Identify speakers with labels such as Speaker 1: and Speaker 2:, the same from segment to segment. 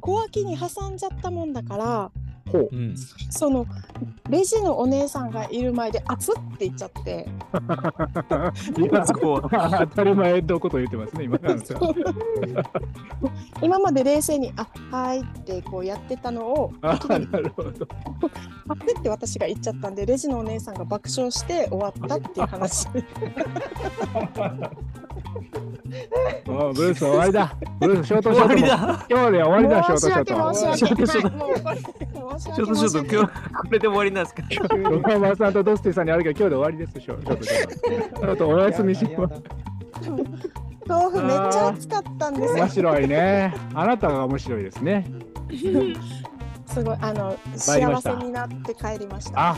Speaker 1: 小脇に挟んじゃったもんだから
Speaker 2: ほう
Speaker 3: うん。
Speaker 1: そのレジのお姉さんがいる前で「熱っ!」って言っちゃって
Speaker 3: いやそこ
Speaker 2: 当たり前のこと言ってますね、今。
Speaker 1: 今まで冷静に「あはい」ってこうやってたのを
Speaker 2: ああ、なるほど。
Speaker 1: 「熱っ!」って私が言っちゃったんでレジのお姉さんが爆笑して終わったっていう話
Speaker 2: あブルース、終わりだ。ブルース、ショート
Speaker 3: 終
Speaker 2: ショー
Speaker 3: わ
Speaker 2: ト
Speaker 3: り
Speaker 2: も。
Speaker 3: だ。
Speaker 2: 今日で終わりだ、ショー
Speaker 1: 申
Speaker 2: ト
Speaker 1: し
Speaker 2: ショー
Speaker 1: 訳
Speaker 2: ト。
Speaker 1: 申し
Speaker 3: ショ
Speaker 1: 訳
Speaker 3: ートショ
Speaker 1: は
Speaker 3: ー
Speaker 1: い
Speaker 3: ト
Speaker 1: もうこれ申し
Speaker 3: ちょっ
Speaker 1: 訳申
Speaker 3: とちょっと
Speaker 1: し訳
Speaker 3: 今日これで終わりなん ですか。
Speaker 2: 横山さんとドスティさんにあるけど、今日で終わりです、ショートショート。ちょっとお休みします。
Speaker 1: 豆腐めっちゃ熱かったんですよ
Speaker 2: 面白いね。あなたが面白いですね。
Speaker 1: すごいあの
Speaker 2: 参り
Speaker 1: 幸
Speaker 2: ました
Speaker 1: せになって帰りました
Speaker 2: あ、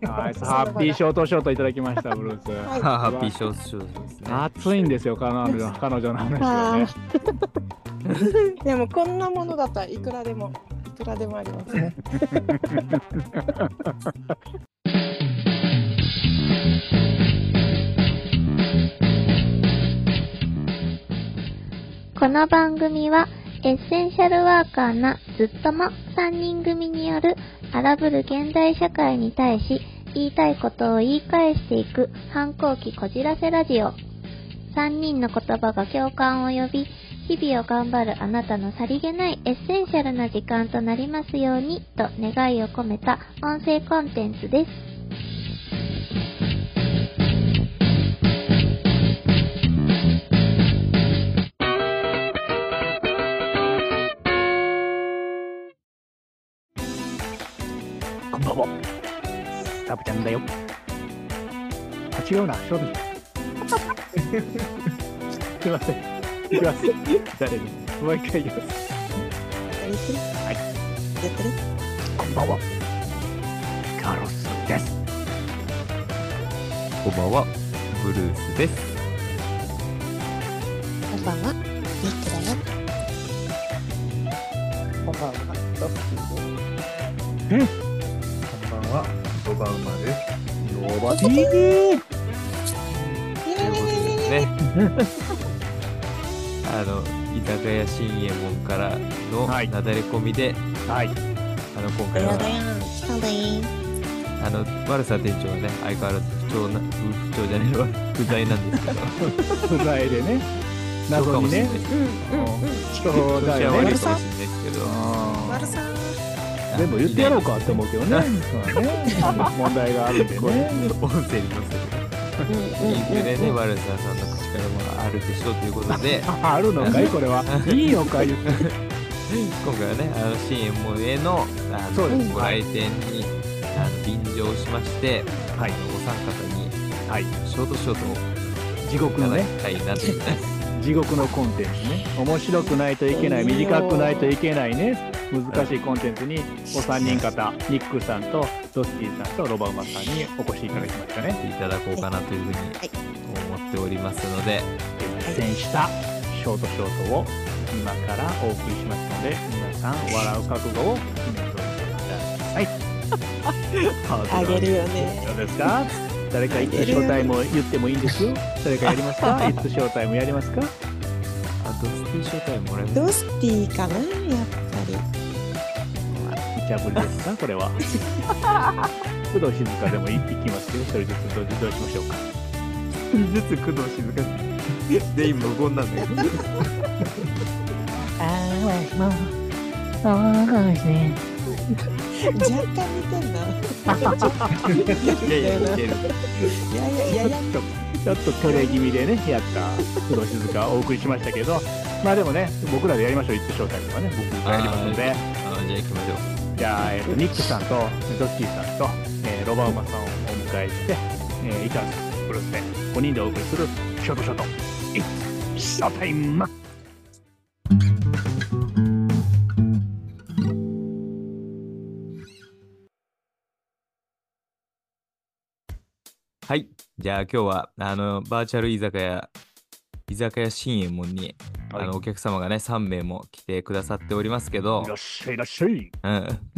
Speaker 2: ナイスハッピーショートショートいただきました、ブルース。
Speaker 1: はい
Speaker 3: ハッピーショーショーですね。
Speaker 2: 熱いんですよ、彼女の彼女の話はね。
Speaker 1: でもこんなものだったらいくらでもいくらでもありますね。
Speaker 4: この番組はエッセンシャルワーカーなずっとも3人組による荒ぶる現代社会に対し言いたいことを言い返していく反抗期こじらせラジオ3人の言葉が共感を呼び日々を頑張るあなたのさりげないエッセンシャルな時間となりますようにと願いを込めた音声コンテンツです
Speaker 2: こんばんは。タブちゃんだよ。あ、違うな、ショート ショート。すいません。いきます。誰にもう一回言います。
Speaker 1: やってる
Speaker 2: はい
Speaker 1: やってる
Speaker 2: こんばんは。カロスです。
Speaker 3: こんばんは。ブルースです。
Speaker 1: こんばんは。ミッキだよ。こんばんは。ロッキーで
Speaker 5: こんばんは、ロバウマです。
Speaker 2: ロバティー
Speaker 3: と いうことですね。あの居酒屋新右衛門からの
Speaker 2: はい
Speaker 3: なだれ込みで、
Speaker 2: はい。
Speaker 3: あの今
Speaker 1: イエーイ
Speaker 3: 回
Speaker 1: や
Speaker 3: は
Speaker 1: だやん。来たんだい。
Speaker 3: あのマルサ店長はね相変わらず不調な不調じゃないわ 不在なんですけど
Speaker 2: 不在でね。謎にね
Speaker 3: そうかもしれない。です
Speaker 2: そうだ
Speaker 3: 調子は
Speaker 2: よ
Speaker 3: 悪
Speaker 2: ね
Speaker 3: い。かもしれないですけど
Speaker 2: あ
Speaker 1: 丸さん。
Speaker 2: ー全部言ってやろうかって思うけどね。そうね問題があるんで
Speaker 3: これ
Speaker 2: ね。
Speaker 3: 音声に載せていずれねマルサさんの口からもあるでしょうということ で
Speaker 2: ああるのかいこ れは。いいのかい言って
Speaker 3: 今回はねあの新右衛門へのあ
Speaker 2: そうで
Speaker 3: の
Speaker 2: す
Speaker 3: ご来店にあの便乗しまして、
Speaker 2: はい
Speaker 3: あのお三方に
Speaker 2: はい。
Speaker 3: ショートショートを
Speaker 2: 地獄
Speaker 3: いた
Speaker 2: の
Speaker 3: だ
Speaker 2: ね
Speaker 3: き。たいなというね
Speaker 2: 地獄のコンテンツね面白くないといけない短くないといけないね難しいコンテンツにお三人方ニックさんとドスティさんとロバウマさんにお越しいただきましたね
Speaker 3: いただこうかなというふうに思っておりますので、
Speaker 2: 厳選したショートショートを今からお送りしますので皆さん笑う覚悟を決めておいてください
Speaker 1: あげるよね。
Speaker 2: どうですか誰かいつ招待も言ってもいいんですよ誰かやりま すかいつ招待もやりますか
Speaker 3: あドスティー招待もらえます
Speaker 1: ドスティかなやっぱ
Speaker 2: 無茶ぶりですかこれは工藤静香でもい行きますけど一人ずつどうどうしましょうか
Speaker 3: 一人ずつ工藤静香全員無言なんだけど
Speaker 1: り。若干似てんな。
Speaker 3: いやいやいける
Speaker 1: いやいやいやいや。
Speaker 2: ちょっと照れ気味でねやった工藤静香をお送りしましたけどまあでもね僕らでやりましょう一招待とかね僕がやりますので
Speaker 3: あじゃあ行きましょ
Speaker 2: じゃあ、えっとニックさんとドッキーさんと、えーロバウマさんをお迎えして、えー、イカスブルースで5人でお送りするショートショートイッショータイム
Speaker 3: うはいじゃあ今日はあのバーチャル居酒屋居酒屋新右衛門にあのお客様がね3名も来てくださっておりますけど
Speaker 2: いらっしゃいいらっしゃい
Speaker 3: うん、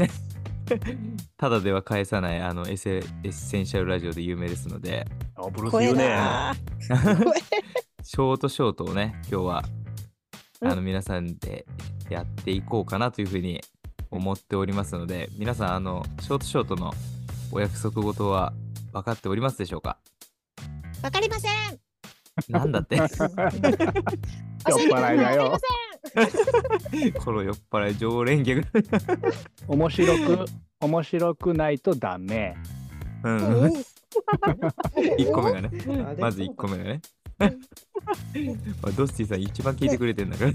Speaker 3: ただでは返さないあのエッセエッセンシャルラジオで有名ですので
Speaker 2: あブルース
Speaker 1: 声
Speaker 2: 言うね
Speaker 1: だ。
Speaker 3: ショートショートをね、今日は、
Speaker 1: うん
Speaker 3: あの、皆さんでやっていこうかなというふうに思っておりますので、皆さん、あの、ショートショートのお約束事は分かっておりますでしょうか
Speaker 6: わかりません。
Speaker 3: なんだっ て
Speaker 2: 酔っ払いだ
Speaker 6: わか
Speaker 2: よ。
Speaker 3: この酔っ払い常連客。
Speaker 2: 面白く、面白くないとダメ。
Speaker 3: うん。1個目
Speaker 1: が。
Speaker 3: がね。
Speaker 5: あでも
Speaker 3: まず1個目がね。 まあドスティさん一番聞いてくれてるんだか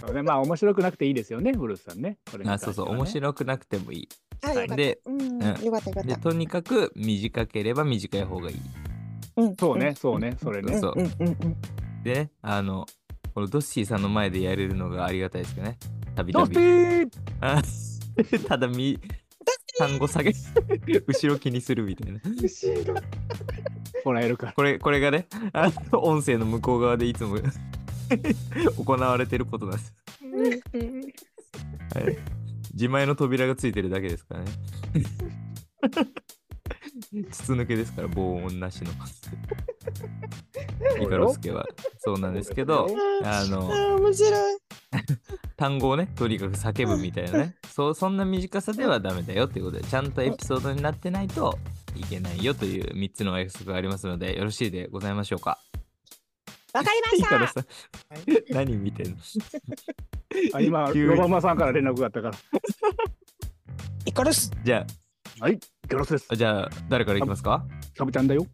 Speaker 2: そうねまあ面白くなくていいですよね、ブルースさんね。これに
Speaker 3: ら。あ、
Speaker 2: 関して
Speaker 3: そう
Speaker 2: は
Speaker 3: そう、
Speaker 2: ね
Speaker 3: 面白くなくてもいい。
Speaker 1: あ、よかった。
Speaker 3: で
Speaker 1: うん、
Speaker 3: うん
Speaker 1: よかったよかっ
Speaker 3: で、
Speaker 1: た。
Speaker 3: とにかく短ければ短い方がいい。
Speaker 1: うん、
Speaker 2: そうね、そうね、それ
Speaker 1: うん。
Speaker 2: ね。
Speaker 3: そう
Speaker 1: うんうんうん。
Speaker 3: でね、あの、このドッシーさんの前でやれるのがありがたいですけどね。たび
Speaker 2: ド
Speaker 3: た
Speaker 2: ステ
Speaker 3: び。
Speaker 2: ィー
Speaker 3: あ ただみ、単語下げ、後ろ気にするみたいな。
Speaker 2: もらえるから。
Speaker 3: これ、これがね、あの音声の向こう側でいつも 行われてることなんです。はい、自前の扉がついてるだけですからね。筒抜けですから、防音なしの。イカロスケは。そうなんですけど、あの、
Speaker 1: ああ、面白い。
Speaker 3: 単語をねとにかく叫ぶみたいなねそうそんな短さではダメだよっていうことでちゃんとエピソードになってないといけないよという3つのお約束がありますのでよろしいでございましょうか
Speaker 6: りま
Speaker 3: いい
Speaker 6: し
Speaker 3: から
Speaker 6: た。
Speaker 3: さ 何見てんの
Speaker 2: あ今、
Speaker 3: 急に
Speaker 2: ロバマさんから連絡があったから。
Speaker 1: イカロス。
Speaker 3: じゃ
Speaker 2: はい、ギョロスです
Speaker 3: あ。じゃあ誰からいきますか
Speaker 2: サブちゃんだよ。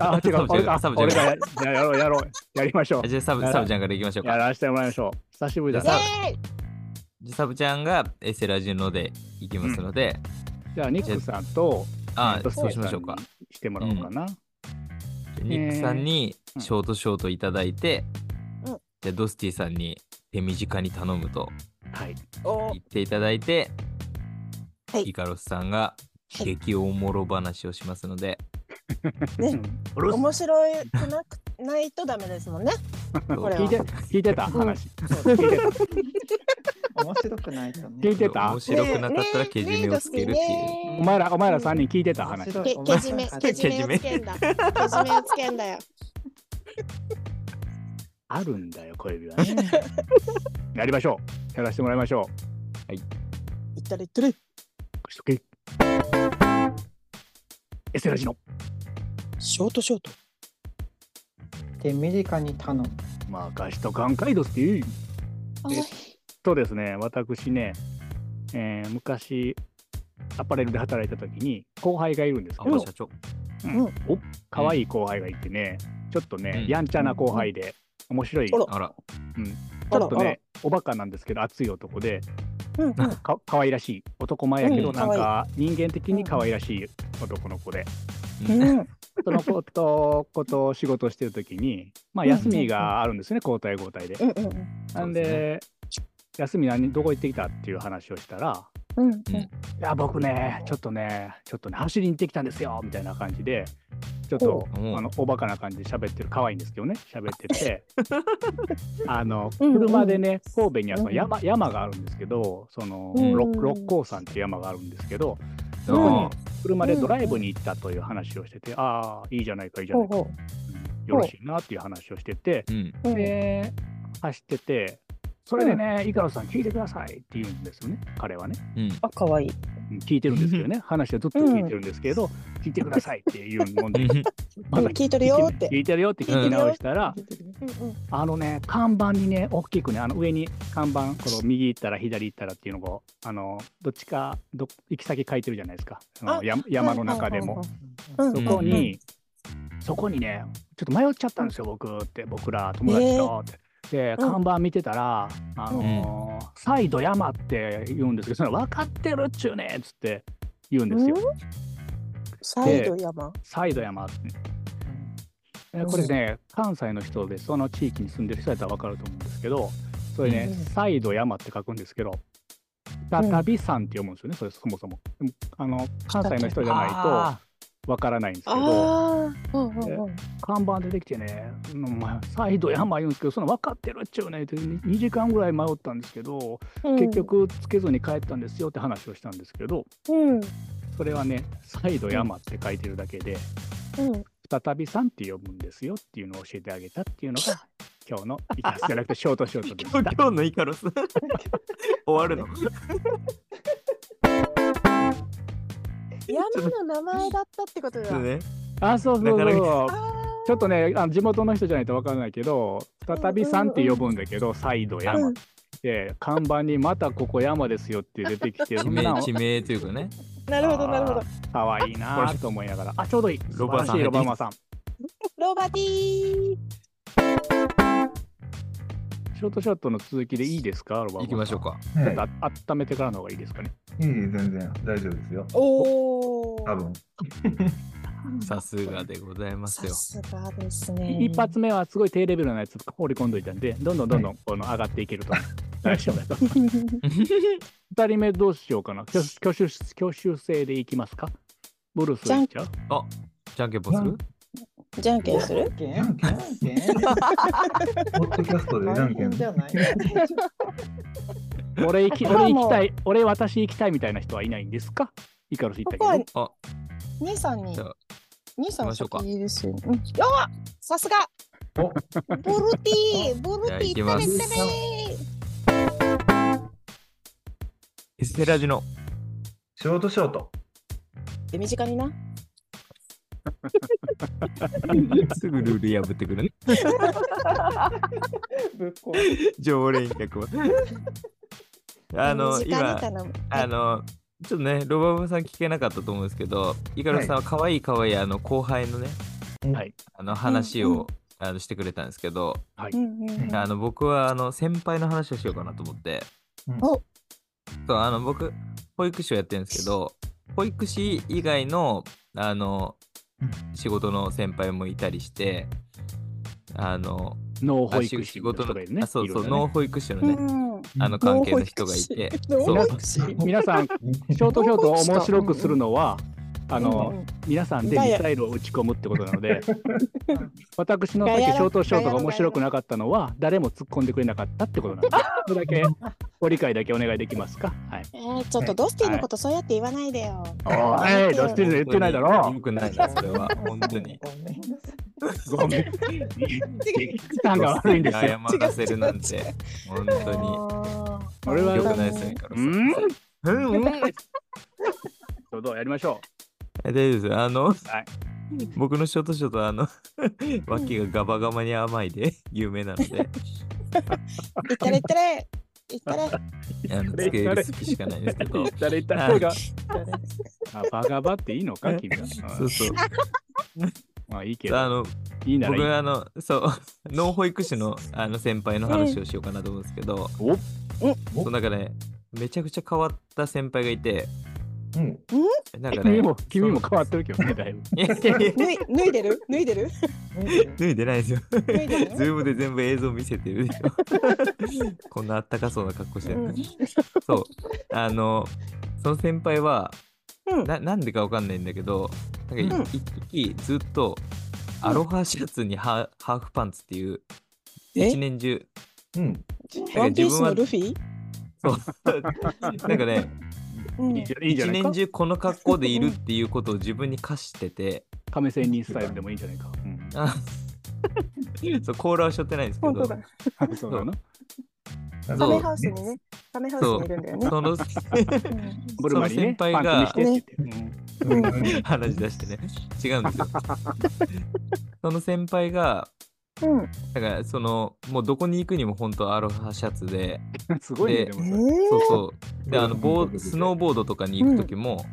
Speaker 2: あ、てか、
Speaker 3: サブ
Speaker 2: 俺
Speaker 3: ちゃん
Speaker 2: か、
Speaker 3: サブちゃん
Speaker 2: 俺がやややろう、やろう、やりましょ
Speaker 3: あじゃあサブ
Speaker 2: やら
Speaker 3: サブちゃんからいきましょう
Speaker 2: う。や
Speaker 3: から
Speaker 2: せてもらいましょう。久しぶりだ
Speaker 3: じゃ
Speaker 2: な
Speaker 3: あ。
Speaker 6: えー
Speaker 3: じゃあサブちゃんがエセラジのでいきますので、
Speaker 2: じゃあ、ニックさんと、
Speaker 3: あ
Speaker 2: えっと
Speaker 3: そうしましょうか。
Speaker 2: ステイさんにしてもらおうかな。
Speaker 3: ニックさんに
Speaker 2: うん
Speaker 3: ショートショートいただいて、
Speaker 1: うん
Speaker 3: じゃあドスティさんに手短に頼むと
Speaker 2: はい。
Speaker 1: お
Speaker 3: 言っていただいて、
Speaker 1: はい
Speaker 3: イカロスさんが
Speaker 1: はい
Speaker 3: 激おもろ話をしますので、
Speaker 1: ね
Speaker 2: ブルー
Speaker 1: 面白くなくないとダメですもんね。これ
Speaker 2: ス聞いて、聞いてた話。聞いてた
Speaker 5: 面白くないと
Speaker 2: 聞い
Speaker 5: ね。
Speaker 2: てた
Speaker 3: 面白くなかったらけじめをつけるっていう。
Speaker 2: お前ら、お前ら三人聞いてた
Speaker 5: 面
Speaker 2: 話。
Speaker 5: 白い
Speaker 6: けけじめ、けじめをつけんだ。けじめをつけんだよ。
Speaker 2: あるんだよ、小指はね。やりましょう。やらせてもらいましょう。
Speaker 1: いったれいったれ。
Speaker 2: しとけ。エセラジの。
Speaker 1: ショートショート。
Speaker 5: 手短に頼む。
Speaker 2: まあ、ガシとガンカイドスっていう。えっとですね、私ね、えー昔、アパレルで働いた時に、後輩がいるんです
Speaker 3: あ
Speaker 2: けど、
Speaker 3: 社長。
Speaker 2: お可愛い後輩がいてね、ちょっとね、
Speaker 3: うん
Speaker 2: やんちゃな後輩で、面白い、
Speaker 1: あ
Speaker 2: ち
Speaker 1: ら
Speaker 2: ょ
Speaker 3: あら、
Speaker 1: あら
Speaker 2: っとね、おバカなんですけど、熱い男で、
Speaker 1: うんうん。
Speaker 2: か可愛らしい、男前やけど、
Speaker 3: うん
Speaker 2: なんか、人間的に可愛らしい男の子で、
Speaker 3: うん
Speaker 1: うん、
Speaker 2: その子と、こと仕事してる時に、まあ、休みがあるんですよね、交代交代で。
Speaker 1: うんうん
Speaker 2: なんで、
Speaker 3: そう
Speaker 2: 休み何どこ行ってきたっていう話をしたら、
Speaker 1: うんうん
Speaker 2: いや、僕ね、ちょっとね、ちょっとね、走りに行ってきたんですよみたいな感じで、ちょっと
Speaker 3: おう
Speaker 2: あのおバカな感じで喋ってる、可愛いんですけどね、喋ってて、 あの
Speaker 1: うんうん
Speaker 2: 車でね、神戸にはその山山があるんですけど、その
Speaker 1: うん
Speaker 2: 六六甲山っていう山があるんですけど、
Speaker 3: うん
Speaker 2: うん車でドライブに行ったという話をしてて、ああ、いいじゃないか、いいじゃ
Speaker 1: ほ
Speaker 2: な
Speaker 1: う
Speaker 2: いか、
Speaker 1: ほ
Speaker 2: うんよろしいなっていう話をしてて、
Speaker 3: うん。
Speaker 1: う。うん
Speaker 2: で、走ってて、それでね、イカロスさん、聞いてくださいって言うんですよね、彼はね。
Speaker 3: うん。
Speaker 1: あ、可愛いい。
Speaker 2: うん聞いてるんですけどね、話はずっと聞いてるんですけど、聞いてくださいっていうもん で、まだ
Speaker 1: うん聞いてるよって
Speaker 2: 聞いてるよって聞き直したら、
Speaker 1: うんうん。
Speaker 2: あのね、看板にね、大きくね、あの上に看板、この右行ったら左行ったらっていうのが、あのどっちかど、行き先書いてるじゃないですか、あの
Speaker 1: あ
Speaker 2: 山山の中でも。
Speaker 1: うんうん
Speaker 2: そ
Speaker 1: うん。
Speaker 2: こに、そこにね、ちょっと迷っちゃったんですよ、僕って、僕ら、友達とって。で、
Speaker 1: うん
Speaker 2: 看板見てたら、あのーサイド山って言うんですけど、それ分かってるっちゅうねっつって言うんですよ、
Speaker 1: サイド山。
Speaker 2: サイド山って。えこれね、関西の人で、その地域に住んでる人だったら分かると思うんですけど、それね、
Speaker 1: うん
Speaker 2: サイド山って書くんですけど、再び山って読むんですよね、それそもそも。でもあの関西の人じゃない
Speaker 3: あ
Speaker 2: と分からないんですけど。
Speaker 1: ああ。うんうんうん。
Speaker 2: 看板出てきてね、うんまあ、サイド山言うんですけど、その分かってるっちゅうねって、2時間ぐらい迷ったんですけど、結。局つけずに帰ったんですよって話をしたんですけど、
Speaker 1: うん。うん。
Speaker 2: それはね、サイド山って書いてるだけで、再びさんって呼ぶんですよっていうのを教えてあげたっていうのが、今日のイカスじゃなくてショートショートでし
Speaker 3: 今
Speaker 2: た
Speaker 3: 日。今日のイカロス終わるの
Speaker 6: 山の名前だったってことだ。
Speaker 3: ね
Speaker 2: あ、そうそうそう
Speaker 3: なか
Speaker 2: そう。
Speaker 6: あ
Speaker 2: ちょっとね、あの地元の人じゃないとわからないけど、再びさんって呼ぶんだけど、再度
Speaker 6: ーう
Speaker 2: 山
Speaker 6: ん
Speaker 2: で、看板にまたここ山ですよって出てき て、そ
Speaker 3: 地
Speaker 2: んな
Speaker 3: 名
Speaker 2: の
Speaker 3: 地名というかね
Speaker 6: なるほどなるほど。
Speaker 2: かわいいなぁと思いながら、あ、ちょうどいい。
Speaker 3: ロバーさん
Speaker 2: 素晴らしいロバーマンさん。
Speaker 6: ロバティー。
Speaker 2: ショートショットの続きでいいですか、ロバーマンさん
Speaker 3: 行きましょう。か
Speaker 2: ちょ
Speaker 5: は
Speaker 2: っとあ温めてからの方がいいですかね。
Speaker 5: い、いい全然大丈夫ですよ。
Speaker 6: おお。
Speaker 5: 多分。
Speaker 3: さすがでございます
Speaker 6: さ
Speaker 3: よ
Speaker 6: すがですね。
Speaker 2: 一発目はすごい低レベルなやつ放り込んどいたんで、どんどんどんどんこの上がっていけると思う。大丈夫だと。 二人目どうしようかな。挙手挙手挙手制でいきますか。ブルースいっちゃう
Speaker 3: じゃんけんぽんする
Speaker 1: じゃんけんする
Speaker 7: じ
Speaker 5: じ
Speaker 7: ゃ
Speaker 5: ゃん
Speaker 7: ん
Speaker 5: け
Speaker 7: け
Speaker 5: ん
Speaker 7: ん
Speaker 5: ポッドキャストでじゃん
Speaker 7: 大
Speaker 5: け
Speaker 7: 変。
Speaker 5: ん
Speaker 7: じゃない
Speaker 2: 俺行き、俺行きたい、俺私行きたいみたいな人はいないんですかイカロス行っ
Speaker 1: こ
Speaker 2: たけ
Speaker 1: こは
Speaker 2: ど。
Speaker 3: あ
Speaker 1: 兄さんに
Speaker 3: じゃあ
Speaker 1: 兄さん
Speaker 3: 行きましょうか
Speaker 1: 先ですよ、うん、
Speaker 6: さすが。
Speaker 5: お
Speaker 6: ボルティー、ボルティー、
Speaker 3: じゃあ行きます
Speaker 6: 食べてね
Speaker 3: エステラジの
Speaker 5: ショートショート。
Speaker 1: で身近にな
Speaker 3: すぐルール破ってくるね
Speaker 7: ぶっ壊す
Speaker 3: 常連客はあの
Speaker 1: 身近に
Speaker 3: 今
Speaker 1: かな
Speaker 3: あの、ちょっとね、ロバブさん聞けなかったと思うんですけど、イカロスさんは可愛い可愛いあの後輩のね、
Speaker 2: はい
Speaker 3: あの話を、
Speaker 1: うんうん
Speaker 3: あのしてくれたんですけど、
Speaker 1: うんうんうん
Speaker 3: あの僕はあの先輩の話をしようかなと思って、
Speaker 5: うん
Speaker 1: お
Speaker 3: そうあの僕保育士をやってるんですけど、保育士以外のあの
Speaker 5: うん
Speaker 3: 仕事の先輩もいたりして、あの
Speaker 2: 脳保
Speaker 3: あ
Speaker 2: 育
Speaker 3: 仕
Speaker 2: 士の人
Speaker 3: の、
Speaker 2: がいるね。
Speaker 3: あそう
Speaker 2: い
Speaker 3: そう、
Speaker 2: ろいろ
Speaker 3: 脳
Speaker 2: ね
Speaker 3: 保育士の
Speaker 1: う
Speaker 3: ね、
Speaker 1: ん
Speaker 3: あの関係の人がい て、
Speaker 1: 脳
Speaker 3: そう
Speaker 1: 保育士
Speaker 2: 皆さん、ショートショートを面白くするのは、あの、
Speaker 1: うんうん
Speaker 2: 皆さんでミサイルを打ち込むってことなの で私のさっきショートショートが面白くなかったのは誰も突っ込んでくれなかったってことなんですそれだけご理解だけお願いできますかはい
Speaker 6: えー、ちょっとドスティのことそうやって言わないでよ。
Speaker 2: お
Speaker 6: い
Speaker 2: いロスティーズ言ってないだろ
Speaker 3: よくないな、それは、本当に。
Speaker 7: ごめんなさい
Speaker 2: ごめん 劇感が悪いんですよ
Speaker 3: 謝らせるなんて、本当
Speaker 2: 俺
Speaker 3: に
Speaker 2: は
Speaker 3: 良くないですよ、イカロ
Speaker 2: う
Speaker 3: ス
Speaker 2: ーん
Speaker 3: さん。うんうん
Speaker 2: どうぞやりましょ
Speaker 3: 大丈夫です。あの、
Speaker 2: い
Speaker 3: 僕のショートショート、あの、脇がガバガバに甘いで有名なので、
Speaker 6: いったれいったれ。いったれ。
Speaker 3: あ のつけ入る好きしかないんですけど
Speaker 2: う。誰言った人があバカバっていいのか君は
Speaker 3: そうそう。
Speaker 2: まあいいけ
Speaker 3: あ
Speaker 2: ど
Speaker 3: の、
Speaker 2: いいならい
Speaker 3: 僕
Speaker 2: い
Speaker 3: はあの、そう、 脳保育士のあの先輩の話をしようかなと思うんですけど、
Speaker 2: お
Speaker 3: その中で、めちゃくちゃ変わった先輩がいて、
Speaker 5: うん。
Speaker 3: なんかね、
Speaker 2: 君も君も
Speaker 3: その
Speaker 2: 変わってるけどねだいぶ
Speaker 3: いやいやいや
Speaker 1: 脱い脱いでる脱いでる
Speaker 3: 脱いでないですよ。
Speaker 1: 脱いでる
Speaker 3: ズームで全部映像見せて るでしょ。こんなあったかそうな格好してる、
Speaker 1: うん
Speaker 3: そう。あの、その先輩は、
Speaker 1: うん
Speaker 3: ななんでかわかんないんだけど、なんかい
Speaker 1: うん
Speaker 3: 一時、ずっとアロハシャツにハ,、ハーフパンツっていう、
Speaker 1: え
Speaker 3: 一年中、
Speaker 5: うん。
Speaker 1: ワンピースの
Speaker 3: なんか
Speaker 1: ルフィ
Speaker 3: なんかね、
Speaker 1: うん
Speaker 2: いいじゃいいじ
Speaker 3: 一
Speaker 2: ゃないか
Speaker 3: 年中この格好でいるっていうことを自分に課してて、
Speaker 2: 亀仙人スタイルでもいいんじゃないかうん
Speaker 3: あそうコーラはしょってないんですけ
Speaker 1: 本当
Speaker 3: ど
Speaker 1: だ、
Speaker 2: あそうだな
Speaker 5: そ
Speaker 1: サ
Speaker 5: う
Speaker 1: メハウスにねサメハウスにいるんだよね
Speaker 3: その
Speaker 1: うん
Speaker 2: ブルマにね、
Speaker 3: その先輩が
Speaker 2: パンツ見してって言って、
Speaker 5: うん
Speaker 3: 話し出してね違うん ですよその先輩が
Speaker 1: うん
Speaker 3: だからそのもうどこに行くにも本当アロハシャツで
Speaker 2: うんすごいね、
Speaker 3: で
Speaker 2: で
Speaker 1: え
Speaker 2: もそれ。
Speaker 3: そう
Speaker 1: ー
Speaker 3: そうであのボースノーボードとかに行く時も、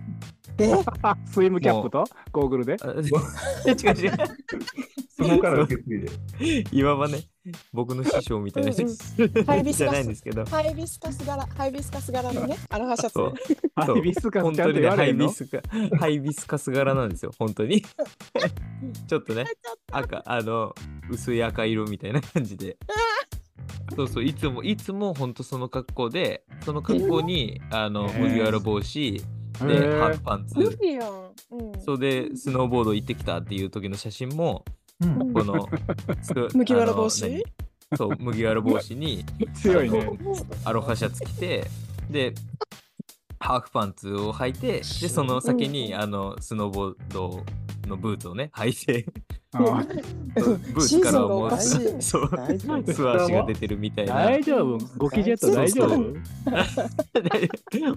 Speaker 1: え
Speaker 2: あスイムキャップとゴーグルで。
Speaker 3: あ違う違う
Speaker 5: そこから受け継いで。
Speaker 3: 今はね僕の師匠みたいな人
Speaker 1: うん
Speaker 6: ハイビス
Speaker 3: じ
Speaker 6: カス
Speaker 3: ゃないんですけど
Speaker 6: ハイビスカス柄、ハイビスカス柄のね、アロハシャツ。
Speaker 3: そう
Speaker 2: ハイビスカス
Speaker 3: 本
Speaker 2: ちゃん
Speaker 3: 当
Speaker 2: と言
Speaker 3: にね
Speaker 2: わ
Speaker 3: ハ
Speaker 2: れ
Speaker 3: イ
Speaker 2: る
Speaker 3: ビ
Speaker 2: の
Speaker 3: スカハイビスカス柄なんですよ本 当にちょっとね赤あの薄い赤色みたいな感じでそうそういつもいつも本当その格好でその格好にあの
Speaker 2: へー
Speaker 3: 麦わら帽子で
Speaker 2: へー
Speaker 3: ハーフパン
Speaker 1: ルフ
Speaker 3: ツ
Speaker 1: ィやんうん
Speaker 3: そうでスノーボード行ってきたっていう時の写真も
Speaker 5: うん。
Speaker 3: この
Speaker 1: 麦わら帽子
Speaker 3: あの何そう麦わら帽子に
Speaker 2: 強いね。
Speaker 3: アロハシャツ着てでハーフパンツを履いてでその先にあのスノーボードのブーツを ね、履いて、
Speaker 2: あ
Speaker 3: ブーツ
Speaker 1: シーズ
Speaker 3: か
Speaker 1: ン
Speaker 3: ら
Speaker 1: が
Speaker 3: も
Speaker 1: お
Speaker 3: う
Speaker 1: かしい。
Speaker 3: そう、
Speaker 7: 大丈夫
Speaker 3: 素足が出てるみたいな。
Speaker 2: 大丈夫ゴキジェット大丈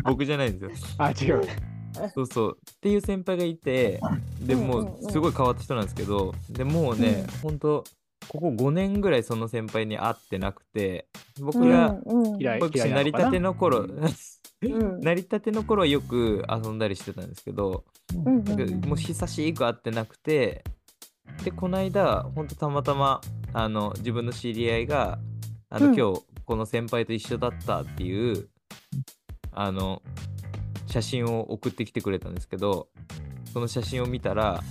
Speaker 2: 夫
Speaker 3: 僕じゃないんですよ。
Speaker 2: あ、違う。
Speaker 3: そうそう。っていう先輩がいて、で
Speaker 1: うんうんうん
Speaker 3: もうすごい変わった人なんですけど、でもうね、ほんと、ここ5年ぐらいその先輩に会ってなくて、僕が
Speaker 1: うんうん
Speaker 2: 嫌い
Speaker 3: ボクシ
Speaker 2: 嫌
Speaker 3: ー
Speaker 2: いなの
Speaker 3: になり
Speaker 2: か
Speaker 3: たて
Speaker 2: な。
Speaker 3: の頃、
Speaker 1: うん
Speaker 3: なりたての頃はよく遊んだりしてたんですけど、
Speaker 1: うんうんうん
Speaker 3: もう久しく会ってなくてでこの間ほんとたまたまあの自分の知り合いがあの、
Speaker 1: うん
Speaker 3: 今日この先輩と一緒だったっていうあの写真を送ってきてくれたんですけどその写真を見たら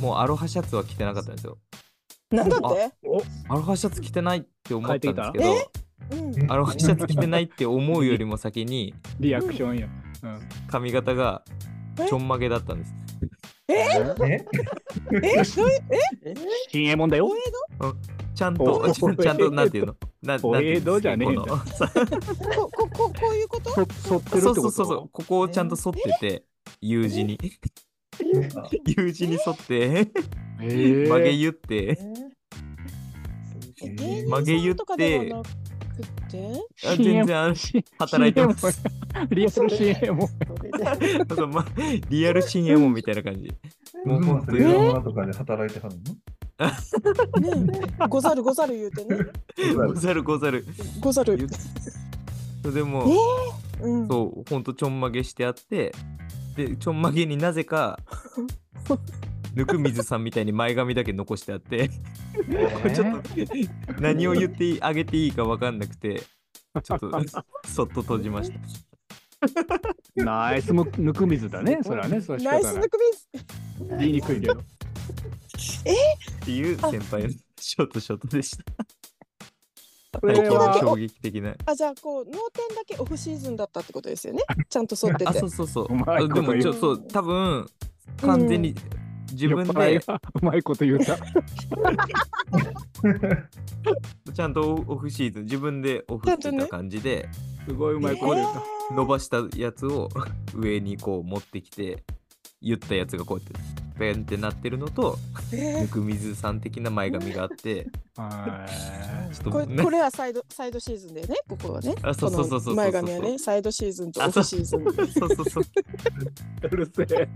Speaker 3: もうアロハシャツは着てなかったんですよ。
Speaker 1: なんだって
Speaker 3: アロハシャツ着てないって思ったんですけ
Speaker 1: 帰っ
Speaker 3: ど
Speaker 1: てうん
Speaker 5: え
Speaker 3: アロハシャツ着てないって思うよりも先に
Speaker 2: リアクションや。うん
Speaker 3: 髪型がちょんまげだったんです。
Speaker 5: え
Speaker 1: えそういう
Speaker 2: 禁煙問だよ。
Speaker 3: ちゃん
Speaker 2: お
Speaker 3: と、ちゃんちゃ んと、なんていうのなん
Speaker 2: お
Speaker 3: なんてい
Speaker 2: え
Speaker 3: う
Speaker 2: どじゃねえんだ
Speaker 3: んですか
Speaker 1: こ
Speaker 3: こ
Speaker 1: こここういうこと
Speaker 2: そ剃ってる
Speaker 3: の
Speaker 2: ってこと
Speaker 3: そうそうそうそう、ここをちゃんと沿ってて、U 字に。U 字に沿って、
Speaker 2: へえ
Speaker 3: 曲げ言って、
Speaker 1: え
Speaker 5: え
Speaker 1: 芸人さんとかではなくて
Speaker 3: あ全然あの
Speaker 2: し
Speaker 3: 働いてます。
Speaker 2: リアル CM を。
Speaker 3: そうまリアル新エモみたいな感じ。もう
Speaker 5: も
Speaker 3: 本
Speaker 5: う
Speaker 3: 当
Speaker 5: セー
Speaker 3: に。
Speaker 5: ラーとかで働いてはる
Speaker 1: ねござるござる言うてね
Speaker 5: の
Speaker 3: ござるござる。
Speaker 1: ござ
Speaker 3: 言
Speaker 1: る
Speaker 3: っそうでも、
Speaker 1: うん
Speaker 3: そう、ほんとちょんまげしてあって、で、ちょんまげにな ぜか、ぬくみずさんみたいに前髪だけ残してあって、これちょっと何を言っていいあげていいか分かんなくて、ち ょっとそっと閉じました。
Speaker 2: ナイスむぬくみずだね。それはね、それは仕
Speaker 1: ナイス
Speaker 2: 方な
Speaker 1: ぬ
Speaker 2: い。
Speaker 1: く
Speaker 2: 言いにくいけど。
Speaker 3: っていう先輩のショートショートでした。
Speaker 2: こ
Speaker 3: 最
Speaker 2: れ
Speaker 3: 近の
Speaker 2: は
Speaker 3: 衝撃的な。
Speaker 1: あじゃあこう脳天だけオフシーズンだったってことですよねちゃんと沿って
Speaker 3: あ、そ
Speaker 1: て
Speaker 3: うそうそう
Speaker 2: うまい。こ
Speaker 3: で
Speaker 2: と言
Speaker 3: も
Speaker 2: う
Speaker 3: ちょっと多分完全に自
Speaker 2: 酔
Speaker 3: 分で
Speaker 2: っ払いがうまいこと言う た。
Speaker 3: ちゃんとオフシーズン自分でオフしてた感じで、
Speaker 2: すごいうまいこと言うた。
Speaker 3: 伸ばしたやつを上にこう持ってきて言ったやつがこうやってベンってなってるのと
Speaker 1: え
Speaker 3: ぬくみずさん的な前髪があって
Speaker 2: はい
Speaker 3: ち
Speaker 1: ー
Speaker 3: ょ
Speaker 1: こ
Speaker 3: っと
Speaker 1: れ
Speaker 3: ね
Speaker 1: これはサイドサイドシーズンでねここはね
Speaker 3: あそうそうそうそうそうそ
Speaker 1: この
Speaker 3: う
Speaker 1: 前髪はねサイドシーズンと
Speaker 3: あ
Speaker 1: オ
Speaker 3: そう
Speaker 1: フシーズン
Speaker 3: そうそうそう
Speaker 2: うるせえ。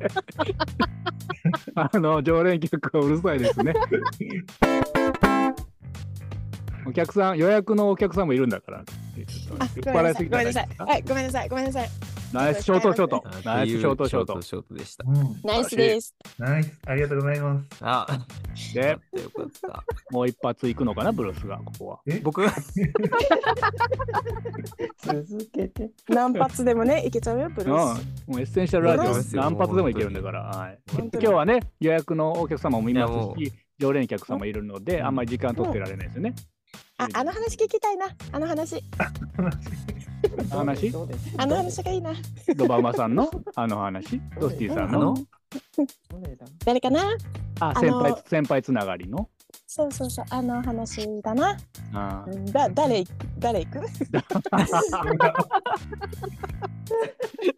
Speaker 2: あの常連客はうるさいですね。お客さん予約のお客さんもいるんだから。ちょっと酔っ払いすぎ
Speaker 6: ご
Speaker 2: た
Speaker 6: めん
Speaker 2: ら
Speaker 6: なさい。はい、ごめんなさい。ごめんなさい。
Speaker 2: ナイスショートショート。ナ
Speaker 3: っ
Speaker 2: イ
Speaker 3: てい
Speaker 2: ス
Speaker 3: う
Speaker 2: ショートショート。
Speaker 3: ショートでした
Speaker 5: うん
Speaker 6: ナイスです。
Speaker 5: ナイス、ありがとうございます。
Speaker 3: あ
Speaker 2: で
Speaker 3: よかった
Speaker 2: もう一発いくのかなブルースがここは。
Speaker 3: 僕が
Speaker 7: 続けて。
Speaker 1: 何発でもねい けちゃうよブ
Speaker 2: うん、
Speaker 1: ルース
Speaker 2: もうエッセンシャルラジ
Speaker 1: ブル
Speaker 3: ース
Speaker 2: オ何発でもいけるんだから、はい、
Speaker 3: 本
Speaker 2: 今
Speaker 1: 当に
Speaker 2: 日はね予約のお客様もいま
Speaker 3: いやもう
Speaker 2: すし常連客様もいるので、
Speaker 3: うん
Speaker 2: あんまり時間取ってられないですよね。
Speaker 1: ああの話聞きたいなあの話
Speaker 2: 話
Speaker 7: どうです
Speaker 1: あの話がいいな
Speaker 2: ロバウマさんのあの話ドスティさん
Speaker 3: あ
Speaker 2: の
Speaker 3: の
Speaker 7: どれだ
Speaker 1: 誰かな
Speaker 2: あ
Speaker 1: の
Speaker 2: 先輩先輩つながりの
Speaker 1: そうそうそうあの話だな
Speaker 2: あー
Speaker 1: だ誰誰行く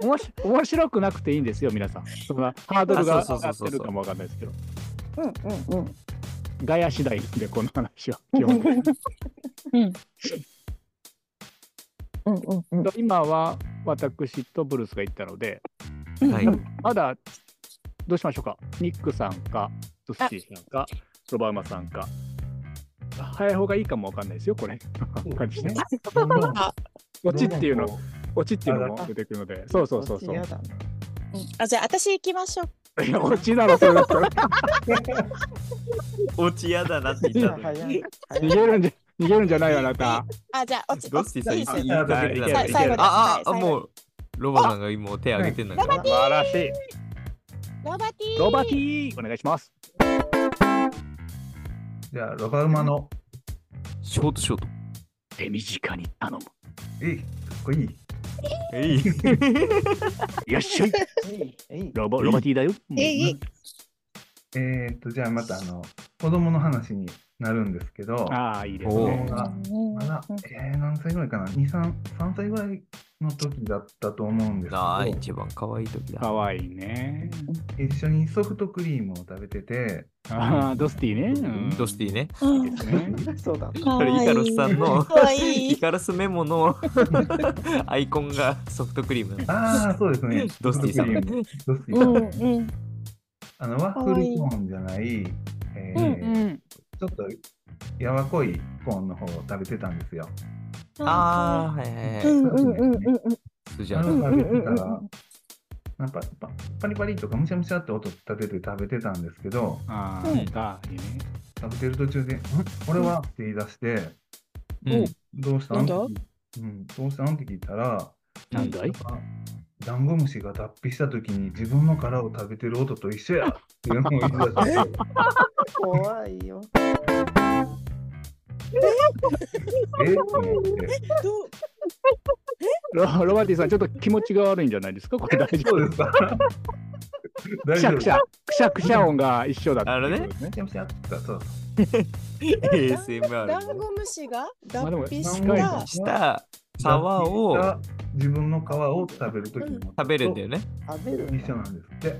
Speaker 2: おもし面白くなくていいんですよ皆さんそんなハードルが
Speaker 3: あそ
Speaker 2: 上
Speaker 3: うそ
Speaker 2: が
Speaker 3: う
Speaker 2: っ
Speaker 3: そうそう
Speaker 2: てるかもわかんないですけど
Speaker 1: うんうんうん
Speaker 2: ガヤ次第でこの話 は基本的に
Speaker 1: うんうんうん
Speaker 2: 今は私とブルースが行ったので
Speaker 3: はい
Speaker 2: まだどうしましょうかニックさんかドスティさんかロバウマさんか早い方がいいかもわかんないですよこれわかりました
Speaker 5: どんどん
Speaker 2: 落ちっていうの
Speaker 5: どんどんこ
Speaker 2: 落ちっていうのも出てくるのでそうそうそう
Speaker 7: こ
Speaker 2: そ
Speaker 7: っちや
Speaker 2: う
Speaker 7: だな
Speaker 1: あじゃあ私行きましょう
Speaker 2: いや落ちだろそれだったら
Speaker 3: 落ちやだなって言
Speaker 7: じ
Speaker 3: っ
Speaker 7: ゃ
Speaker 3: た
Speaker 7: あ
Speaker 3: のに
Speaker 7: 早い。
Speaker 2: 逃げるんじゃ逃げるんじゃないよあなた
Speaker 1: あじゃあ落ち
Speaker 3: ドスティさん
Speaker 1: い
Speaker 3: 言
Speaker 1: い
Speaker 3: い
Speaker 1: ですよ
Speaker 3: かけてたの
Speaker 2: さ
Speaker 3: に
Speaker 2: 最後です
Speaker 3: あああ
Speaker 1: はい
Speaker 3: もうロバさんが今もう手挙げてんだから
Speaker 2: 素晴らしい
Speaker 1: ロバティ
Speaker 2: ロバティお願いします
Speaker 5: じゃあ、ロバウマの、
Speaker 3: ショートショート
Speaker 2: 手短に頼む
Speaker 5: えい、かっこいい。
Speaker 3: えい
Speaker 2: いらっしゃい
Speaker 7: えいえい
Speaker 2: ロボロバティだよ
Speaker 6: えいえい
Speaker 5: えーっと、じゃあまたあの、子供の話になるんですけど、
Speaker 2: ああ、いいです
Speaker 5: 子
Speaker 3: お
Speaker 5: 供
Speaker 2: ね。
Speaker 5: がまだ、えー、何歳ぐらいかな ?2、3、3歳ぐらいの時だったと思うんですけ
Speaker 3: ああ、
Speaker 5: ど、
Speaker 3: 一番可愛い時だ。
Speaker 2: かわいいね。
Speaker 5: 一緒にソフトクリームを食べてて、
Speaker 2: ああ、ドスティね。うん
Speaker 3: ドスティね。
Speaker 2: いいですね。
Speaker 7: そうだ。
Speaker 6: か
Speaker 3: こ
Speaker 6: わい
Speaker 3: れ
Speaker 6: い。
Speaker 3: イカロスさんの
Speaker 6: かわい
Speaker 3: イ
Speaker 6: い。
Speaker 3: カロスメモの アイコンがソフトクリームなの。
Speaker 5: ああ、そうですね。
Speaker 3: ドスティさん
Speaker 5: ソフトクリーム。ドス
Speaker 1: う
Speaker 5: ティ
Speaker 1: ん
Speaker 5: さん。
Speaker 1: うん
Speaker 5: あの、ワッフルコーンじゃない、えー
Speaker 7: うん。
Speaker 5: ちょっとやわこいコーンの方を食べてたんですよ。
Speaker 3: ああ、はいうは
Speaker 1: ん
Speaker 3: い。
Speaker 1: うんうんうんうん
Speaker 3: スジャ
Speaker 5: あれ
Speaker 3: ン
Speaker 5: を食べてた
Speaker 1: うんうんうん
Speaker 5: ら、なんかパパリパリとかむしゃむしゃって音立てて食べてたんですけど、
Speaker 2: あ
Speaker 1: うん
Speaker 2: あ、かいいね。
Speaker 5: 食べてる途中で、んこれはって言い出して、
Speaker 3: うん
Speaker 5: どうしたん
Speaker 1: なん
Speaker 5: って
Speaker 1: だ
Speaker 5: 聞いうん、どうしたんって聞いたら、
Speaker 2: なんだい
Speaker 5: かダンゴムシが脱皮した時に自分の殻を食べてる音と一緒やっていうのを言い出して、
Speaker 7: 怖いよ。
Speaker 5: えって思って。
Speaker 1: どう
Speaker 2: ロロバーティさん、ちょっと気持ちが悪いんじゃないですかこれ大丈
Speaker 5: そ
Speaker 2: 夫
Speaker 5: う
Speaker 2: で
Speaker 5: ですすか
Speaker 2: く
Speaker 5: 大
Speaker 2: しゃ
Speaker 5: 丈夫
Speaker 2: くしゃ、くしゃくしゃ音が一緒だったっていうことですね
Speaker 5: む。しゃむしゃって言ったらそう
Speaker 3: ASMR
Speaker 1: ダンゴムシが
Speaker 2: まあでも
Speaker 1: 脱皮し
Speaker 2: 近い
Speaker 1: た
Speaker 2: な
Speaker 3: した皮を
Speaker 5: 脱皮した自分の皮を食べるときに
Speaker 3: 食べるんだよね。
Speaker 7: 食べるん
Speaker 5: 一緒
Speaker 7: だ。
Speaker 5: なんですって。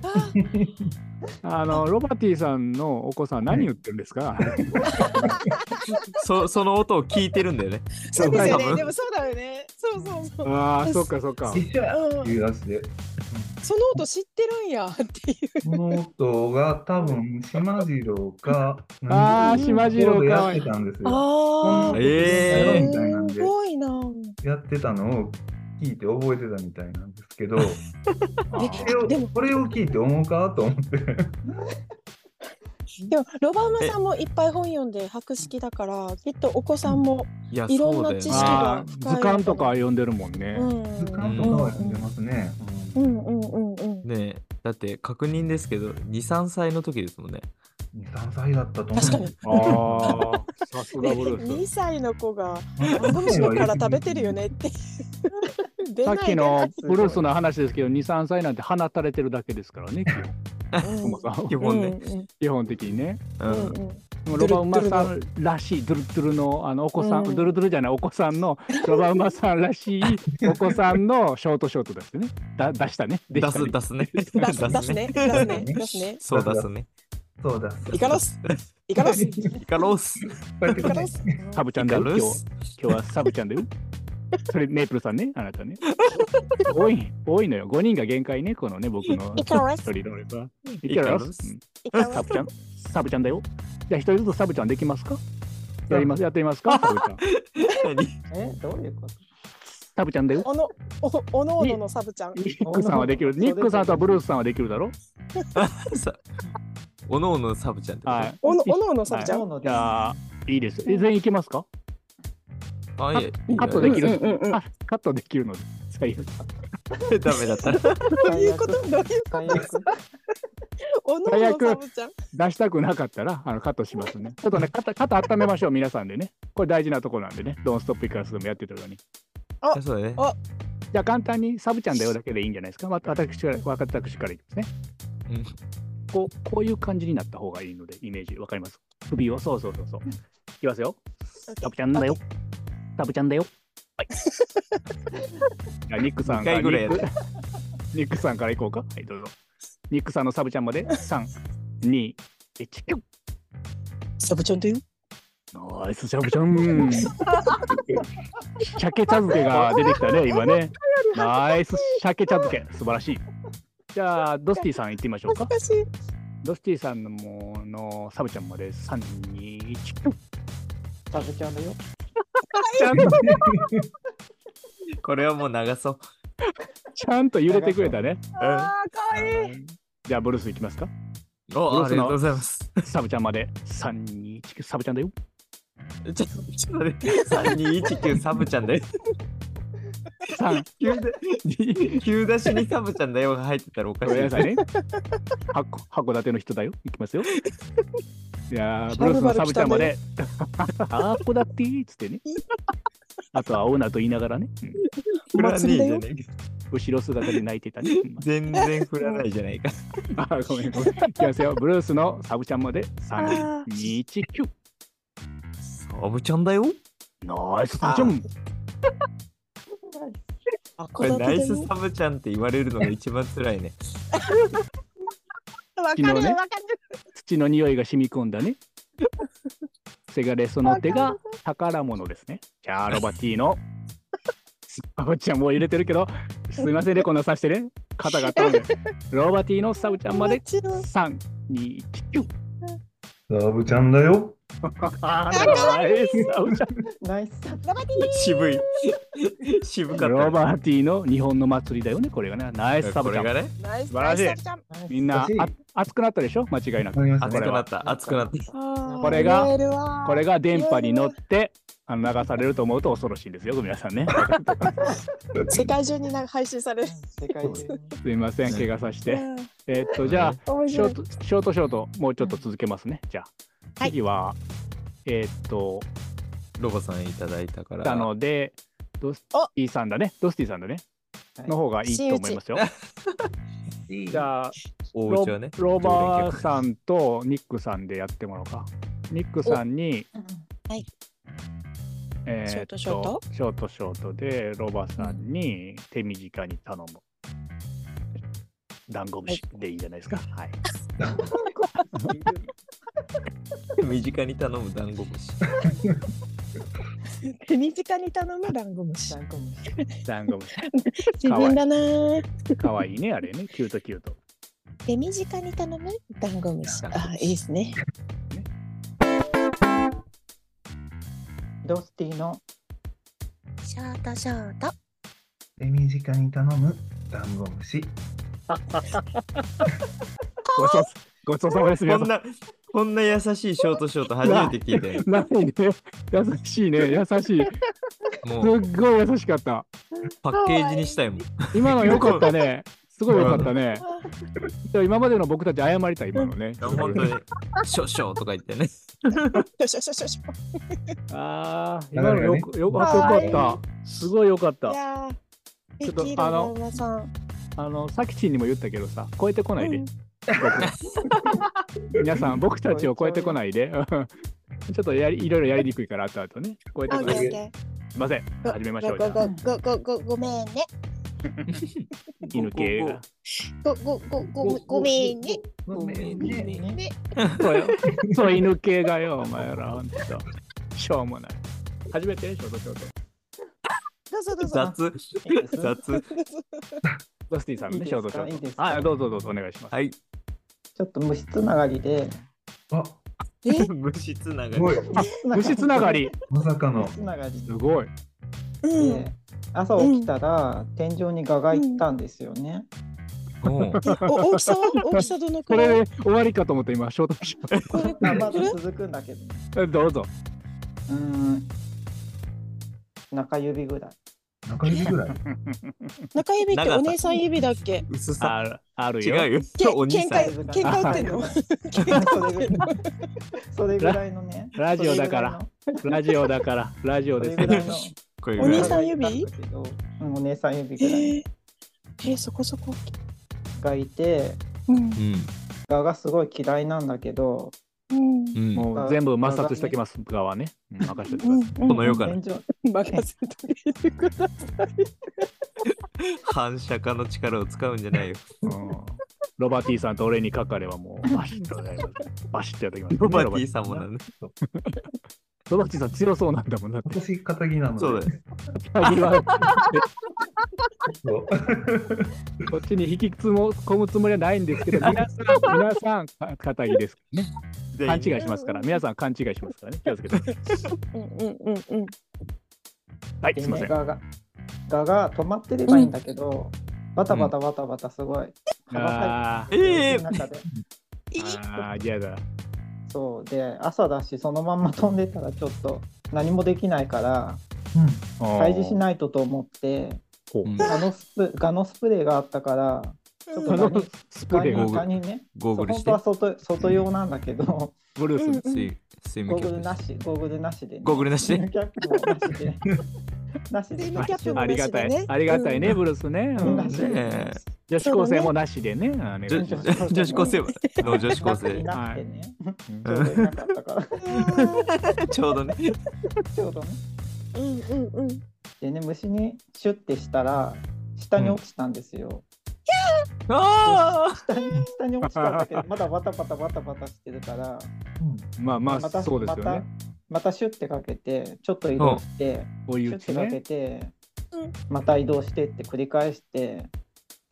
Speaker 1: あ
Speaker 2: あの、ロバーティさんのお子さん、何言ってるんですか
Speaker 3: そその音を聞いてるんだよね。
Speaker 1: そうですよ
Speaker 3: 多
Speaker 1: ね
Speaker 3: 分
Speaker 1: でもそうだよねそうそうそう
Speaker 2: ああ、そっかそっか。
Speaker 5: 一緒や
Speaker 1: うん
Speaker 5: 言い出して。
Speaker 1: その音知ってるん やっていう
Speaker 5: この音が多分、しまじろうか、
Speaker 2: あ
Speaker 5: 何
Speaker 2: あ、しまじろう
Speaker 5: や
Speaker 2: か
Speaker 5: っ。てたんですよ。
Speaker 1: あ
Speaker 5: こん
Speaker 1: あ
Speaker 3: ー
Speaker 5: な音だよ
Speaker 3: え
Speaker 5: みたいなん
Speaker 1: す
Speaker 5: で、
Speaker 1: ごいな
Speaker 5: やってたのを聞いて覚えてたみたいなんですけど、これを
Speaker 1: でも
Speaker 5: これを聞いて思うかと思って。
Speaker 1: でもロバーマさんもいっぱい本読んで博識だからきっとお子さんも
Speaker 3: いや
Speaker 1: いろんな
Speaker 3: そうだよね
Speaker 1: 知識が
Speaker 2: ああ、図鑑とか読んでるもんね
Speaker 1: う。ん
Speaker 5: 図鑑とかは読んでますね。
Speaker 1: う
Speaker 5: うん
Speaker 1: んうんうんうん
Speaker 3: ねえだって確認ですけど23歳の時ですもんね
Speaker 5: 2、3歳だったと思う。
Speaker 1: 確かに
Speaker 2: ああ、さすがブルー
Speaker 1: 2
Speaker 2: ス。
Speaker 1: 歳の子が
Speaker 5: ダ
Speaker 1: ダンゴムシの
Speaker 5: か
Speaker 1: からら食べてるよねっていう 出
Speaker 2: さ
Speaker 1: な
Speaker 2: っ
Speaker 1: い
Speaker 2: きのブルースの話ですけど、2、3歳なんて放たれてるだけですからね、
Speaker 1: うん
Speaker 2: 基本さん
Speaker 3: 基本ね
Speaker 2: 基本的にね。
Speaker 3: う、
Speaker 1: うんんうんうん
Speaker 2: でもロバウマさんらしい、ドゥルドゥルの、あの、お子さん、
Speaker 1: うん
Speaker 2: ドゥルドゥルじゃない、お子さん の、ロバウマさんらしい、お子さんのショートショートですね。だ出したね。で
Speaker 3: 出
Speaker 2: した
Speaker 3: す
Speaker 2: ね
Speaker 3: 出すね
Speaker 1: 出す出すね出すね出すね
Speaker 3: そう出すね
Speaker 5: そうだ。
Speaker 1: イカロスイカロスイ
Speaker 3: イカロス
Speaker 5: イ
Speaker 1: カロス
Speaker 2: サブちゃん
Speaker 3: イ
Speaker 2: だ
Speaker 3: カ
Speaker 2: よ、今
Speaker 3: ロ
Speaker 2: 日。
Speaker 3: ス
Speaker 2: 今日はサブちゃんだよ。それメイプルさんね、あなたね。多い、多いのよ。5人が限界ね、このね、僕の
Speaker 1: イカロス
Speaker 2: 一人のレバー。
Speaker 3: イ
Speaker 2: イ
Speaker 3: カ
Speaker 2: カ
Speaker 3: ロ
Speaker 2: ロ
Speaker 3: ス
Speaker 2: ス。うん
Speaker 1: イカロ
Speaker 2: サ
Speaker 1: ス
Speaker 2: ブちゃん、サブちゃんだよ。じゃあ一人ずつサブちゃんできますかやります、やってみますかサブちゃん。
Speaker 7: え、どういうこ
Speaker 2: サブちゃん だよ。
Speaker 1: おのおおのおののサブちゃん
Speaker 2: ニックさんはできる。ニックさんとブルースさんはできるだろ
Speaker 3: 何さおのおのサブちゃんってこと
Speaker 2: はい。
Speaker 1: おのおのおのサブちゃん
Speaker 7: と？
Speaker 2: じゃあ、いいですよ。え全員いけますか
Speaker 3: あいえいいよ
Speaker 2: カットできる。
Speaker 1: うんうんうんうん
Speaker 2: あカットできるので。最悪
Speaker 3: ダメだったら
Speaker 1: どういうことどういう
Speaker 7: 最悪。
Speaker 1: おのおのサブちゃん
Speaker 2: 出したくなかったらあのカットしますね。ちょっとね、肩肩温めましょう、皆さんでね。これ大事なとこなんでね。ドンストップイカラスでもやってたのに。
Speaker 1: あ
Speaker 3: そうだね
Speaker 1: あ
Speaker 2: じゃあ簡単にサブちゃんだよだけでいいんじゃないですか。わ私から、私からいきますね。
Speaker 3: うん
Speaker 2: こう、こういう感じになった方がいいので、イメージわかります。首を、そうそうそうそう。いきますよ。サブちゃんだよ。サブちゃんだよ。はい。 じゃあニックさん
Speaker 3: 二
Speaker 2: から
Speaker 3: 回ぐらいやっ
Speaker 2: ニックニックさんからいこうか。はい、どうぞ。ニックさんのサブちゃんまで、3、2、1、キュッ。
Speaker 1: サブちゃんだよ
Speaker 2: ナイスシャブちゃ ん。鮭茶漬けが出てきたね、今ね。ナイス鮭茶漬け、素晴らしい。じゃあ、ドスティさん行ってみましょうか。
Speaker 1: 難しい
Speaker 2: ドスティさんのものサブちゃんまで3、2、1。
Speaker 7: サブちゃんだよ。
Speaker 2: ちゃんと、
Speaker 3: これはもう流そう
Speaker 2: ちゃんと揺れてくれたね。
Speaker 1: あ
Speaker 3: うん
Speaker 1: ーかわいい
Speaker 2: じゃあ、ブルース行きますか。
Speaker 3: おありがとうございます
Speaker 2: サブちゃんまで3、2、1、サブちゃんだよ。
Speaker 3: ちょちょっと待って3219サブちゃんだよ
Speaker 2: 3、
Speaker 3: 急だ 急出しにサブちゃんだよが入ってたらおかし
Speaker 2: ご
Speaker 3: い
Speaker 2: めんなさいね。箱函館の人だよ。行きますよ。いやー、ブルースのサブちゃんまで。函館っつってね。あとはオーナーと言いながらね。うん
Speaker 3: フラニーじゃ
Speaker 1: お祭り
Speaker 3: ねえけど
Speaker 2: 後ろ姿で泣いてたね。
Speaker 3: 全然振らないじゃないか。
Speaker 2: あ、ごめんごめん。いきますよ。ブルースのサブちゃんまで3、2、1、9。
Speaker 3: サブちゃんだよ。
Speaker 2: ナイスサブちゃん。
Speaker 3: これナイスサブちゃんって言われるのが一番辛い ね。
Speaker 6: わかる
Speaker 2: 昨
Speaker 6: わ
Speaker 2: 日ね
Speaker 6: か
Speaker 2: 土の匂いが染み込んだ ね。せがれその手が宝物ですね。じゃあロバティの。サブちゃんもう入れてるけど、すみませんね、こんなさしてね。肩が頭で。ロバティのサブちゃんまで3、2、1、
Speaker 5: サブちゃんだよ。
Speaker 2: 9。ナイスサブちゃん
Speaker 7: ナイス。
Speaker 3: 渋い。渋かった。
Speaker 2: ロバーティの日本の祭りだよね、これがね。ナイスサブ
Speaker 3: こ
Speaker 2: ちゃ
Speaker 3: れ
Speaker 2: ん。
Speaker 3: がね、
Speaker 6: る。ナイス
Speaker 2: 素晴らしい
Speaker 6: ナイスサブちゃん
Speaker 2: みんな
Speaker 5: 欲しい
Speaker 2: あ熱くなったでしょ間違いなく。
Speaker 5: わかりまし
Speaker 3: 熱
Speaker 5: た
Speaker 3: く
Speaker 5: ね。
Speaker 3: なった、熱くなった。
Speaker 6: あー
Speaker 2: これが
Speaker 6: 見えるわ
Speaker 2: これが電波に乗ってあの流されると思うと恐ろしいんですよ、皆さん ね。
Speaker 6: 世界中になんか配信される。
Speaker 7: 世界中に。
Speaker 2: すみません、怪我させて。
Speaker 6: うん
Speaker 2: えっと、じゃあ、
Speaker 6: 面
Speaker 2: ショ
Speaker 6: 白
Speaker 2: ー
Speaker 6: い。
Speaker 2: ト、ショート、ショート、もうちょっと続けますね。じゃあ、
Speaker 6: はい
Speaker 2: 次は、えーっと、
Speaker 3: ロボさんいただいたから。
Speaker 2: なので、ドス
Speaker 6: お
Speaker 2: ティさんだね、ドスティさんだね
Speaker 7: は。い
Speaker 2: の方がいいと思いますよ。じゃあ、
Speaker 3: お
Speaker 2: ロ
Speaker 3: 家はね。
Speaker 2: ロバーさんとニックさんでやってもらおうか。ニックさんに、
Speaker 6: はい
Speaker 2: え
Speaker 1: ショー
Speaker 2: ーっ
Speaker 1: ト
Speaker 2: と
Speaker 1: ショート
Speaker 2: ショートショートでロバさんに手短に頼む。ダンゴムシでいいんじゃないですか。はい。
Speaker 3: 身近に頼むダンゴムシ。
Speaker 1: 手短に頼むダンゴムシ
Speaker 7: ダ。ンコムシ
Speaker 2: ダンゴ ムシ。
Speaker 1: 自分だなー。
Speaker 2: かわいいね、あれね。キュートキュート。
Speaker 1: 手短に頼むダンゴムシ。あ、いいですね。
Speaker 7: ドスティの
Speaker 1: ショートショート。
Speaker 5: 手短に頼むダンゴムシ。
Speaker 2: ごちそうごちそうさまです。皆
Speaker 3: こ
Speaker 2: さ
Speaker 3: ん
Speaker 2: ん
Speaker 3: な、こんな優しいショートショート初めて聞 いたよ。
Speaker 2: ないね。優しい ね。優しい。す
Speaker 3: もう
Speaker 2: っごい優しかった。
Speaker 3: パッケージにしたいもん。
Speaker 2: 今の良かったね。すごい良かったね。でも今までの僕たち謝りたい、今のね。
Speaker 3: 本当に、ショショとか言ってね。
Speaker 6: よしよしよしよし。い
Speaker 2: ああ、
Speaker 5: な
Speaker 2: 今の
Speaker 5: かなかね
Speaker 2: よく、よく、あよかった。すごいよかった。
Speaker 6: やー。
Speaker 2: ちょ
Speaker 6: 素
Speaker 2: っと
Speaker 6: 敵
Speaker 2: あ
Speaker 6: だ
Speaker 2: の
Speaker 6: な、馬さん。
Speaker 2: あの、さきちんにも言ったけどさ、超えてこないで
Speaker 6: うん。
Speaker 2: 僕 皆さん、僕たちを超えてこないで。ちょっとやり、いろいろやりにくいから、後々ね。超えて
Speaker 6: オ
Speaker 2: こ
Speaker 6: ッ
Speaker 2: な
Speaker 6: ケ
Speaker 2: い
Speaker 6: ーオッ
Speaker 2: で。
Speaker 6: ケ
Speaker 2: すいません。
Speaker 6: ー。
Speaker 2: 始めましょう。じ
Speaker 6: ご
Speaker 2: ゃあ
Speaker 6: ごごごごごめんね。
Speaker 2: 犬系が。
Speaker 6: ごごごごごごめんね。
Speaker 7: ごめんね。
Speaker 2: そう よ。そう、犬系がよ、お前ら、ほんと。しょうもない。初めてショートショート。
Speaker 6: どうぞどうぞ。
Speaker 3: 雑、雑。
Speaker 2: ドスティさん
Speaker 7: い
Speaker 2: の
Speaker 7: い
Speaker 2: ね、
Speaker 7: です
Speaker 2: ショ
Speaker 7: か
Speaker 2: ートショ
Speaker 7: いいです
Speaker 2: ート。
Speaker 7: か
Speaker 2: はい、どうぞどうぞ、お願いします。
Speaker 3: はい。
Speaker 7: ちょっと無視つながりで。
Speaker 5: あ、
Speaker 3: 無視つなが
Speaker 5: す
Speaker 3: り。
Speaker 5: ごい。
Speaker 2: 虫つなが。り。
Speaker 5: まさかの
Speaker 7: 無視。つながり
Speaker 2: すごい。
Speaker 1: うん。
Speaker 7: で。朝起きたら天井にガが行ったんですよね。
Speaker 3: うん
Speaker 1: お大きさは大きさどのく
Speaker 2: こ
Speaker 1: らい？
Speaker 2: れで終わりかと思って今、ショートショ
Speaker 1: これ
Speaker 7: まあま
Speaker 1: こ
Speaker 7: だ
Speaker 1: れ
Speaker 7: 続くんだけど。
Speaker 2: ート。どうぞ。
Speaker 7: うーん。中指ぐらい。
Speaker 5: 中指ぐらい。
Speaker 1: 中指ってお姉さん指だっ け？
Speaker 3: 薄さ。
Speaker 2: あある
Speaker 3: 違
Speaker 2: よ。
Speaker 3: うよ。
Speaker 1: け
Speaker 3: お兄
Speaker 1: 喧
Speaker 3: さん
Speaker 1: 嘩。喧嘩売ってんの？
Speaker 7: それぐらいの。それぐらいのね。
Speaker 2: ラジオだから。ラジオだから、ラジオ
Speaker 7: そ
Speaker 2: で
Speaker 7: れ
Speaker 2: す
Speaker 7: ぐらいの。それぐらい
Speaker 2: ね。
Speaker 7: の
Speaker 3: これ
Speaker 1: お姉さん
Speaker 7: ガが行っただけどうんお姉さん指ぐらい
Speaker 1: えーえそこそこ。
Speaker 7: がいて、
Speaker 1: うん
Speaker 3: うん。
Speaker 7: ガがすごい嫌いなんだけど、
Speaker 1: うん
Speaker 3: うん。こ
Speaker 2: もう全部抹殺してきます、側ね。うん任せてく
Speaker 1: う
Speaker 2: だ
Speaker 1: ん
Speaker 2: さい。
Speaker 1: うん。
Speaker 3: の世から
Speaker 7: 天井
Speaker 1: 任せてあげてください。
Speaker 3: 反射化の力を使うんじ ゃないよ。
Speaker 2: うんロバティさんと俺にかかればもうバシッとやりますバシッとやってきますね。
Speaker 3: ロバティさんもなんだ。
Speaker 2: ロバティさん強そうなんだもんな って。
Speaker 5: 私、肩着なので。
Speaker 3: そうだよ。
Speaker 2: 鍵は
Speaker 5: そう
Speaker 2: こっちに引きつも込むつもりはないんですけど、皆さん、皆さん、か肩着です。ね、勘違いしますから、皆さん勘違いしますからね。気をつけて。
Speaker 1: うんうんうんうん。
Speaker 2: はい、
Speaker 7: です
Speaker 2: いませ
Speaker 7: ね
Speaker 2: ん。
Speaker 7: ガがガが止まってればいいんだけど、バタバタバタバタすごい。羽ば
Speaker 2: あ
Speaker 7: たいて
Speaker 3: ええ
Speaker 7: る中で
Speaker 2: ーあー、嫌だ。
Speaker 7: そうで朝だしそのまんま飛んでたらちょっと何もできないから
Speaker 5: うん。
Speaker 7: 退治しないとと思って
Speaker 3: うん
Speaker 7: ガのスプガのスプレーがあったからちょっと
Speaker 2: ガ
Speaker 7: ガ
Speaker 2: の
Speaker 7: に
Speaker 2: スプ
Speaker 7: ガ
Speaker 2: レ
Speaker 7: に
Speaker 2: ー
Speaker 3: ゴーグル
Speaker 7: ガにね
Speaker 3: ゴー
Speaker 7: そ
Speaker 3: グ
Speaker 7: う
Speaker 3: ル
Speaker 7: 本
Speaker 3: し
Speaker 7: 当
Speaker 3: て
Speaker 7: は。外外用なんだけど
Speaker 2: ブルース。
Speaker 3: 水水
Speaker 7: ゴ
Speaker 3: 無
Speaker 7: ーグ
Speaker 3: 局
Speaker 7: ル
Speaker 3: です
Speaker 7: なしゴーグルなしでね、
Speaker 3: ゴーグルなしで
Speaker 7: キャップもなしでなしで
Speaker 1: 全。部キャップ
Speaker 2: あ
Speaker 1: もな
Speaker 2: り
Speaker 1: し
Speaker 2: がた
Speaker 1: でね
Speaker 2: い。。ありがたいね、ブルースね。うん
Speaker 7: なしで
Speaker 3: ね
Speaker 2: 女子高生もなしでね。あね
Speaker 3: 女
Speaker 7: 女子高生
Speaker 3: 女子高生はの女子高
Speaker 7: 楽に
Speaker 3: 生
Speaker 7: なってね。
Speaker 2: う
Speaker 7: ちょう
Speaker 2: ん
Speaker 7: どいなかったから。
Speaker 3: ちょうどね
Speaker 7: ちょうどね。
Speaker 1: うんうんうんうん。
Speaker 7: でね、虫にシュッてしたら、下に落ちたんですよ。
Speaker 3: ああ
Speaker 7: 下に下に落ちたんだけど、まだバタバタバタバタしてるから、
Speaker 2: まあま
Speaker 7: ま
Speaker 2: あ、
Speaker 7: た
Speaker 2: そうですよ
Speaker 7: また
Speaker 2: ね。
Speaker 7: またシュッてかけて、ちょっと移動して、
Speaker 2: 追い
Speaker 7: シュ
Speaker 2: 打
Speaker 7: ッて
Speaker 2: ち
Speaker 7: かけ
Speaker 2: ね。
Speaker 7: て
Speaker 1: うん、
Speaker 7: また移動してって繰り返して、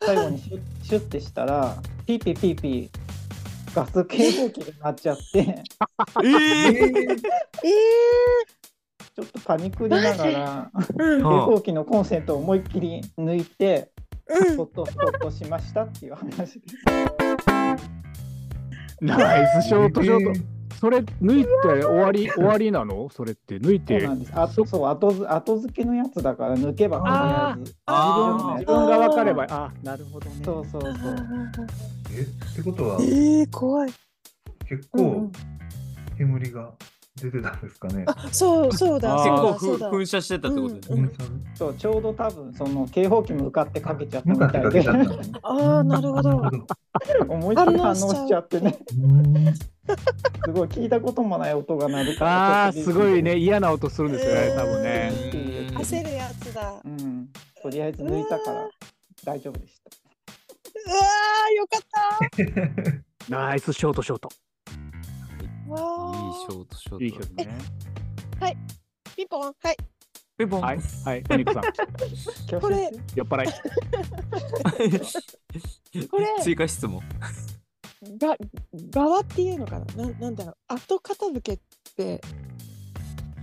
Speaker 7: 最後に シュッシュッてしたら、ピーピーピーピー、ガス警報器になっちゃって、
Speaker 3: ええ
Speaker 1: ええ
Speaker 7: ちょっとパニックりながら、
Speaker 1: ー。う
Speaker 7: 警
Speaker 1: ん
Speaker 7: 報器のコンセントを思いっきり抜いて、
Speaker 1: うん
Speaker 7: ほ。っとほっとしましたっていう話です。
Speaker 2: ナイスショートショート。それ抜いて終わり終わりなの？それって抜い
Speaker 7: そう
Speaker 2: て
Speaker 7: なんです。あ
Speaker 2: そ
Speaker 7: とそう後ず後付けのやつだから抜けば
Speaker 2: あー
Speaker 7: 必ず。
Speaker 3: あ
Speaker 2: 自
Speaker 7: 自
Speaker 2: 分
Speaker 7: 分が
Speaker 2: が分
Speaker 7: 分
Speaker 2: か
Speaker 7: か
Speaker 2: れ
Speaker 7: れ
Speaker 2: ば
Speaker 7: ば
Speaker 2: あなるほどね。
Speaker 7: そうそうそう。
Speaker 5: えってことは
Speaker 1: えー、怖い。
Speaker 5: 結
Speaker 1: うんう
Speaker 5: 構
Speaker 1: ん
Speaker 5: 煙が出てたんですかね。
Speaker 1: あ、そうそうだ。
Speaker 2: あー
Speaker 3: 結構
Speaker 1: そうだ
Speaker 3: ふ噴射してたってことだ
Speaker 1: う
Speaker 3: よ
Speaker 1: ん
Speaker 3: ね
Speaker 5: うん
Speaker 7: そうちょうど多分その警報器向かってかけちゃった
Speaker 5: なん
Speaker 7: み
Speaker 5: か
Speaker 7: た
Speaker 5: 手
Speaker 7: い
Speaker 5: かけ
Speaker 7: で
Speaker 5: ちゃったんですね。
Speaker 1: ああ、なるほど。
Speaker 5: なるほ ど
Speaker 7: 思いっきり反応しちゃってね。
Speaker 5: うん
Speaker 7: すごい聞いたこともない音が鳴るから。
Speaker 2: ああ
Speaker 7: ちょ
Speaker 2: す
Speaker 7: っと
Speaker 2: ご
Speaker 7: びっくり
Speaker 2: いね。嫌な音するんですよね多分ね。
Speaker 7: うん
Speaker 1: 焦るやつだ。うわ
Speaker 7: うん。とりあえず抜いたから大丈夫でした。
Speaker 1: あ、よかった。
Speaker 2: ナイスショートショート。
Speaker 1: わ
Speaker 3: いいシ
Speaker 1: ー
Speaker 3: ョートショ
Speaker 2: いい
Speaker 3: ー
Speaker 2: ショ
Speaker 3: ト
Speaker 2: ートね。
Speaker 1: ピンポン。はい。
Speaker 3: ピンポン
Speaker 2: はいはいお 肉さん
Speaker 7: 教
Speaker 1: これ
Speaker 7: 室
Speaker 2: 酔っ払い。
Speaker 1: これ
Speaker 3: 追加質問
Speaker 1: が側っていうのかな。なんなんだろう。後片付けって、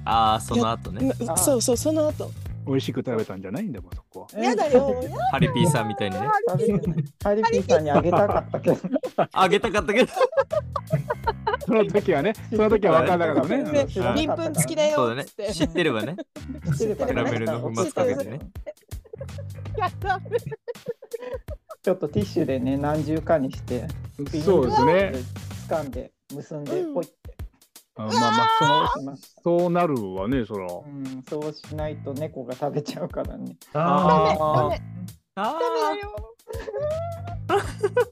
Speaker 3: ああその後ね
Speaker 1: う
Speaker 7: あー
Speaker 1: そうそうその後。
Speaker 2: 美味しく食べたんじゃないんでもそこは。
Speaker 1: やだ。よ。や
Speaker 3: ハリピーさんみ たいにね
Speaker 7: 食べてないハリピーさんにあげたかったけど。
Speaker 3: あげたかったけど
Speaker 2: その時 はねその時は分かんなかったもんね
Speaker 1: ね。
Speaker 7: うん
Speaker 1: 鱗粉付きだ
Speaker 3: そ
Speaker 1: よ
Speaker 3: うだね
Speaker 1: っつって。
Speaker 3: 知ってればね
Speaker 7: 知ってれば
Speaker 1: キャラメル
Speaker 3: の粉末
Speaker 1: かけてね。やだ
Speaker 7: ちょっとティッシュでね何重かにして。
Speaker 2: うんそうですね。。
Speaker 7: 掴んで結んで
Speaker 1: うん
Speaker 7: ポイって
Speaker 2: あまあまあ
Speaker 7: しました。
Speaker 2: そうそうなるわねそら。
Speaker 7: うん、そうしないと猫が食べちゃうからね。
Speaker 5: あ
Speaker 1: ダメ
Speaker 3: あ
Speaker 1: ダメだ
Speaker 3: ー
Speaker 1: よ。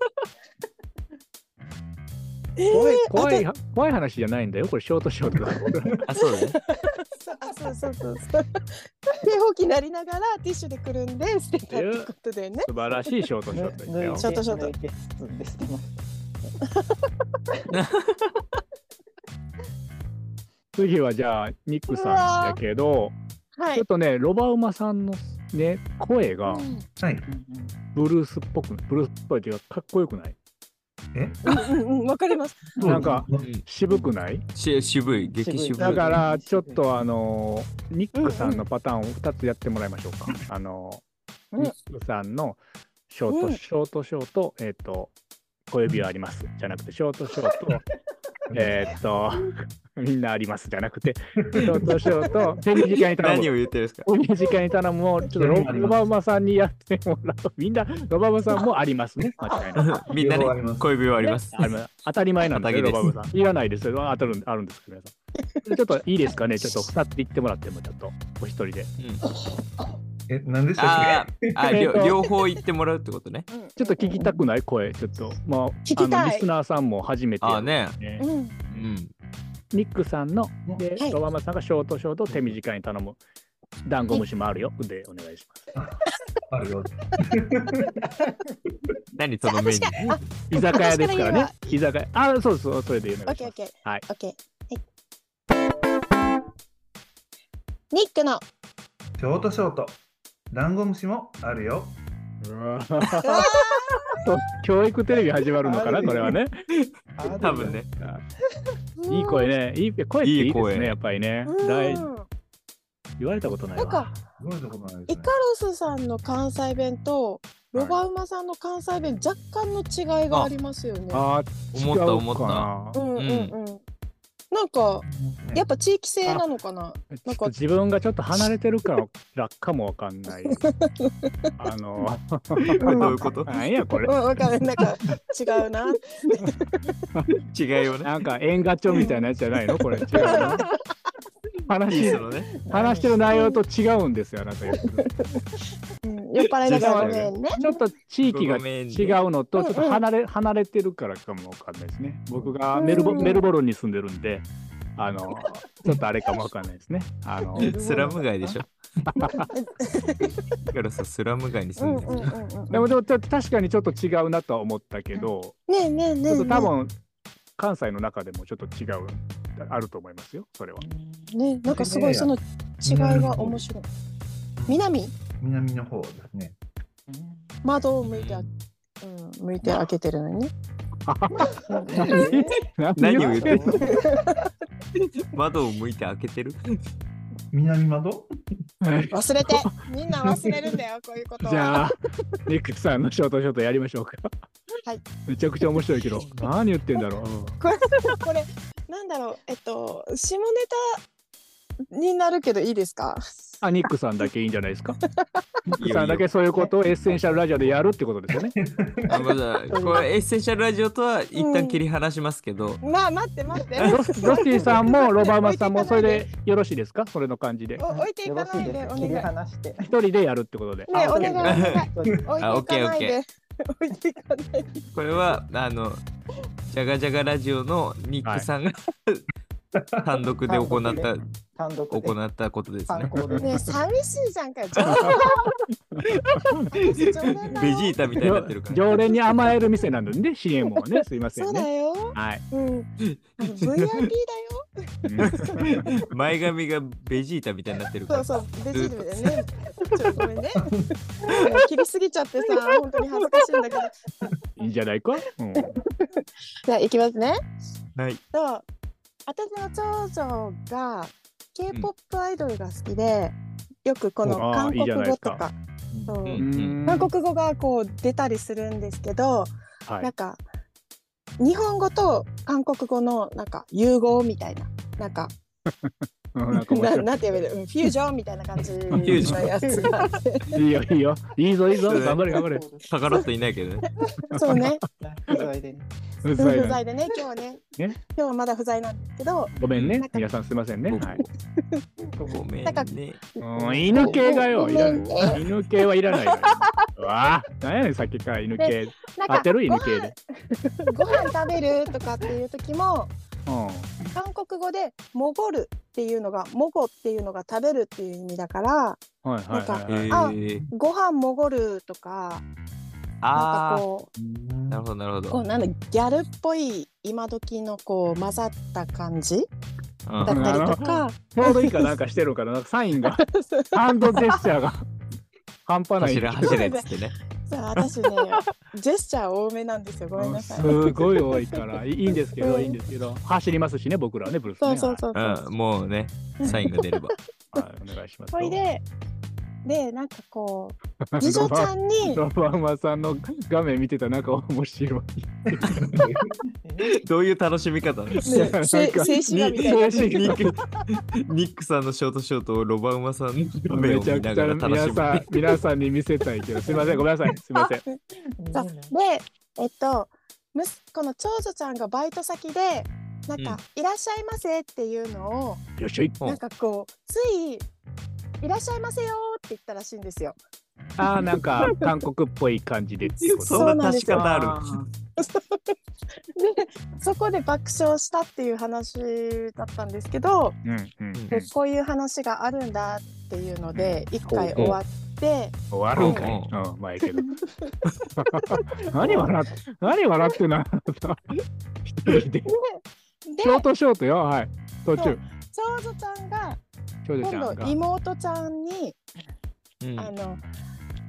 Speaker 2: 怖い
Speaker 1: えー
Speaker 2: 怖い怖い話じゃないんだよこれショートショート だ。
Speaker 3: あそうだね
Speaker 1: そうあそうそうそうそう。 警報器鳴りながらティッシュでくるんで捨てたってことだよね。
Speaker 2: 素晴らしいショートショートでしたよ
Speaker 1: ち。ょっとちょっと
Speaker 7: 抜いて包んで捨てました。
Speaker 2: 次はじゃあニック
Speaker 1: うわ
Speaker 2: さん
Speaker 1: ー
Speaker 2: やけど、
Speaker 1: は
Speaker 2: ちょっ。とねロバウマさんのね声が
Speaker 1: うん
Speaker 5: ーはい。
Speaker 2: ブルースっぽくブルースっぽいというかかっこよくない
Speaker 1: うんうんうんわかります。
Speaker 2: なんか
Speaker 5: うん
Speaker 2: 渋くない、
Speaker 3: し渋い激渋
Speaker 7: 渋
Speaker 3: い
Speaker 7: い
Speaker 2: だか
Speaker 7: う
Speaker 2: ら
Speaker 7: ん
Speaker 2: ちょっとあのーニックさんのパターンを2つやってもらいましょうか。あのー
Speaker 1: うん
Speaker 2: ニックさんのショート、
Speaker 1: うん
Speaker 2: ショートショートえっ、と小指はありますじゃなくてショートショートえっ とみんなありますじゃなくてショートショート手短に頼む
Speaker 3: 何を言ってるんです か
Speaker 2: お身近に頼むをちょっとロロバウマさんにやってもらう。みんな、ロバウマさんもありますね。間違いない。
Speaker 3: みんなね
Speaker 5: 両方あります
Speaker 3: 小指はあります
Speaker 2: あれも当たり前なんだけど、ロ
Speaker 3: 当た
Speaker 2: バ
Speaker 3: り
Speaker 2: ウ
Speaker 3: です
Speaker 2: マさん。いらないですよ。当たるんあるんですけど、皆さん。ちょっといいですかね。ちょっと2つ言ってもらっても、ちょっとお一人で。
Speaker 3: うん
Speaker 5: え、何でしたっ
Speaker 3: あーあーりょ両方言ってもらうってことね
Speaker 2: ちょっと聞きたくない声、ちょっと。まあ、
Speaker 1: 聞き
Speaker 2: あ
Speaker 1: たい
Speaker 2: のリスナーさんも初めて
Speaker 3: ああね
Speaker 2: ね
Speaker 1: うん。
Speaker 3: うん
Speaker 2: ニックさんの、で
Speaker 1: はい
Speaker 2: ロバウマさんがショートショート手短に頼む。ダンゴムシもあるよ。で、お願いします。
Speaker 5: けあるよ。
Speaker 3: 何そのメニュー
Speaker 2: 居酒屋ですからね
Speaker 1: 確。
Speaker 2: 居酒屋。あ、そうそう、それでお願いし
Speaker 1: オッ
Speaker 2: ます
Speaker 1: ケーオッ。ケー。
Speaker 2: はい
Speaker 1: オッケー。はい。ニック の。
Speaker 5: ショートショート。ダンゴムシもあるよ。
Speaker 2: うわーと教育テレビ始まるのかなこれはね。
Speaker 3: 多分ね。
Speaker 2: いい声ね。いい声っていい
Speaker 3: いい
Speaker 2: です
Speaker 3: 声
Speaker 2: ね、やっぱりね
Speaker 1: う。ん。
Speaker 2: 大
Speaker 1: うん
Speaker 2: 言われたことない
Speaker 1: なん
Speaker 2: わ
Speaker 1: か。
Speaker 5: どういうことなんで
Speaker 1: イ
Speaker 5: す
Speaker 1: カ
Speaker 5: ね。
Speaker 1: ロスさんの関西弁とロバウマさんの関西弁、若干の違いがありますよね。
Speaker 2: あー
Speaker 3: 思った
Speaker 2: 違うか
Speaker 3: 思っ
Speaker 1: うんうんうん。なんかやっぱ地域性なのかな。
Speaker 2: ちょっと自分がちょっと離れてるから落下もわかんない。あの、
Speaker 3: これどういうこと
Speaker 2: なんやこ
Speaker 1: う
Speaker 2: れ
Speaker 1: ん。わか るなんか違うな。
Speaker 3: 違いをね
Speaker 2: なんか縁ガチョみたいなやつじゃないのこれ違うの。話して
Speaker 3: そ
Speaker 2: る
Speaker 3: のね。
Speaker 2: 話してる内容と違うんですよ、あなたよく
Speaker 8: うん酔っ払いだからごめ んね。
Speaker 2: ちょっと地域が
Speaker 3: ごめんね
Speaker 2: 違うのと、ちょっと離れ離れてるからかもわかんないですね。僕がメルボ
Speaker 8: うん
Speaker 2: メルボルンに住んでるんで、あの、ちょっとあれかもわかんないですね。あの、
Speaker 3: スラム街でしょ。だからさ、スラム街に
Speaker 8: う
Speaker 3: 住
Speaker 8: ん
Speaker 3: ん
Speaker 8: うん
Speaker 3: でる。
Speaker 8: うん
Speaker 2: で
Speaker 8: うん。
Speaker 2: もでもちょっと確かにちょっと違うなとは思ったけど、
Speaker 8: ねえねえね
Speaker 2: ちょ
Speaker 8: え
Speaker 2: っ
Speaker 8: ね
Speaker 2: と
Speaker 8: え。
Speaker 2: 多分関西の中でもちょっと違う、あると思いますよ、それは。
Speaker 8: ねなんかすごいその違いが面白い。南
Speaker 5: 南の方ですね。
Speaker 8: 窓を向いてあ、うん、向いて開けてるのにね。
Speaker 3: 何を言って
Speaker 2: る
Speaker 3: んの窓を向いて開けてる
Speaker 5: 南窓
Speaker 1: 忘れて。みんな忘れるんだ よ、こういうことは。
Speaker 2: じゃあ、ニックさんのショートショートやりましょうか。
Speaker 1: はい
Speaker 2: めちゃくちゃ面白いけど、何言ってんだろう。
Speaker 8: これなんだろうえっと下ネタになるけどいいですか？
Speaker 2: あ、ニックさんだけいいんじゃないですか。ニック
Speaker 3: いい
Speaker 2: さ
Speaker 3: よ
Speaker 2: んだけそういうことをエッセンシャルラジオでやるってことですよね。
Speaker 3: あまだこれエッセンシャルラジオとは一旦切り離しますけど、
Speaker 1: まあ、待って待 って。
Speaker 2: ドスドスティさんもロバーマさんもそれでよろしいですかそれの感じで。
Speaker 1: お置いてい
Speaker 7: よ
Speaker 1: か
Speaker 7: ろし
Speaker 1: ないいで、
Speaker 7: で
Speaker 1: お
Speaker 7: す。
Speaker 1: 願い。
Speaker 7: 切り
Speaker 1: ね
Speaker 7: 離して。
Speaker 2: 一人でやるってことで。
Speaker 1: お願い。お願い
Speaker 3: あ
Speaker 1: 置いていかないで。置いていかないで。
Speaker 3: これはあのジャガジャガラジオのニックさんが、単独で行った
Speaker 7: 単独で。
Speaker 3: 行ったことです
Speaker 7: 単
Speaker 3: ね。
Speaker 7: 行で。
Speaker 1: ねえ寂しいじゃんかよ。冗 談
Speaker 3: ベジ
Speaker 1: 冗談だよ
Speaker 3: ータみたいになってるから。
Speaker 2: 常連に甘える店なんでね、CM はね、すいませ
Speaker 1: そ
Speaker 2: ん
Speaker 1: うだ
Speaker 2: ね。
Speaker 1: よ。
Speaker 2: はい。
Speaker 1: うん。あの VIP だよ。
Speaker 3: 前髪がベジータみたいになってるか
Speaker 1: そう
Speaker 3: ら。
Speaker 1: そう、ベジータだ よね。ちょっとごめんね。もう切りすぎちゃってさ、本当に恥ずかしいんだけど。
Speaker 2: いいんじゃないか。うん。
Speaker 1: じゃあ、いきますね。
Speaker 3: はい。
Speaker 1: と私の長女が K-POP アイドルが好きで、よくこの
Speaker 2: うんあー
Speaker 1: 韓
Speaker 2: いい
Speaker 1: 国
Speaker 2: じゃないで
Speaker 1: 語
Speaker 2: す
Speaker 1: と
Speaker 2: か
Speaker 1: かそう
Speaker 3: う
Speaker 2: うん
Speaker 1: 韓国語がこう出たりするんですけど、
Speaker 2: はい
Speaker 1: なんか日本語と韓国語のなんか融合みたいな。なんか
Speaker 2: うんなんか面
Speaker 1: ななんて言えばいいのうんフュージョンみたいな感じの
Speaker 3: ュージョン
Speaker 1: やつがあって
Speaker 2: 白い。いいよ、いいよ。いいぞ、いいぞ。頑張れ、頑張れ。
Speaker 3: カカロットいないけどね。
Speaker 1: そうね
Speaker 7: 不在でね。
Speaker 2: う
Speaker 1: 不
Speaker 2: ざいな。
Speaker 1: 在でね今日はね
Speaker 2: ね
Speaker 1: 今日はまだ不在なんですけど
Speaker 2: ごめん
Speaker 1: な
Speaker 2: ね
Speaker 1: ん。か
Speaker 2: 皆さんすいませんね。はい。
Speaker 3: ごめん
Speaker 1: なんか
Speaker 3: ね。
Speaker 2: うん犬系がよ、いらない。犬系は いらないよ。うわあ、なんやねん、さっきから犬系。
Speaker 1: なん
Speaker 2: 当
Speaker 1: か
Speaker 2: てろ、犬系で。
Speaker 1: ご飯食べるとかっていう時も
Speaker 2: うん。
Speaker 1: 韓国語で「もごる」っていうのが「もご」っていうのが食べるっていう意味だから
Speaker 2: はいはいはいはい。
Speaker 3: え
Speaker 1: あ
Speaker 3: ー、
Speaker 1: 「ご飯もごる」とかなんか
Speaker 3: あ
Speaker 1: こ
Speaker 3: あ、なるほど、なるほ
Speaker 1: うこう
Speaker 3: ど。
Speaker 1: なんだギャルっぽい今時のこう混ざった感じ
Speaker 3: う
Speaker 1: だ
Speaker 3: ん
Speaker 1: ったりとか
Speaker 2: ちょうどいいかなんかしてるのから、なんかサイン が、ハンドジェスチャーが。半端ない。
Speaker 3: 走れ走れっつってね。
Speaker 1: そう私ねジェスチャー多めなんですよごめんなさい。
Speaker 2: すごい多いから、いいいんですけど、
Speaker 1: うん
Speaker 2: いいんですけど、走りますしね、僕らはね、ブルース
Speaker 1: そ
Speaker 2: ね。
Speaker 1: うそうそうそう
Speaker 3: うん、もうね、サインが出れば。
Speaker 2: はいはいお願いします
Speaker 1: それ
Speaker 2: よ。
Speaker 1: ででなんかこう次女ちゃんに
Speaker 2: ロバウマさんの画面見てたらなんか面白い。
Speaker 3: どういう楽しみ方なの
Speaker 2: いやなんか
Speaker 1: せ静止画みたいな
Speaker 2: 静止
Speaker 3: ニ
Speaker 2: 画
Speaker 3: ックニックさんのショートショートをロバウマさ んの画面
Speaker 2: め
Speaker 3: を
Speaker 2: ちゃ
Speaker 3: 見な
Speaker 2: くち
Speaker 3: がら
Speaker 2: ゃ
Speaker 3: 楽し
Speaker 2: 皆さん皆さんに見せたいけど、すみません、ごめんなさい、すみません。
Speaker 1: そうでえっと息子の長女ちゃんがバイト先でなんか、いらっしゃいませ」っていうのを
Speaker 2: よっしょい。
Speaker 3: うん
Speaker 1: なんかこうつい「いらっしゃいませよ」って言ったらしいんですよ。
Speaker 2: ああ、なんか韓国っぽい感じでっていうこ
Speaker 3: そ
Speaker 2: と。
Speaker 3: んな出し方ある
Speaker 1: でそこで爆笑したっていう話だったんですけど、
Speaker 2: うんうん。
Speaker 3: み。
Speaker 1: でこういう話があるんだっていうので一回終わって、
Speaker 2: 終わるんかい。
Speaker 3: う
Speaker 2: うん、まあいいけど。 何笑って、何笑ってんのあなた。一人で。
Speaker 1: で
Speaker 2: ショートショートよ、はい。途
Speaker 1: そ
Speaker 2: 中
Speaker 1: う。長女ちゃんが
Speaker 2: 長女ちゃ
Speaker 1: 今
Speaker 2: ん
Speaker 1: 度
Speaker 2: が。
Speaker 1: 妹ちゃんに
Speaker 3: うん
Speaker 1: あの、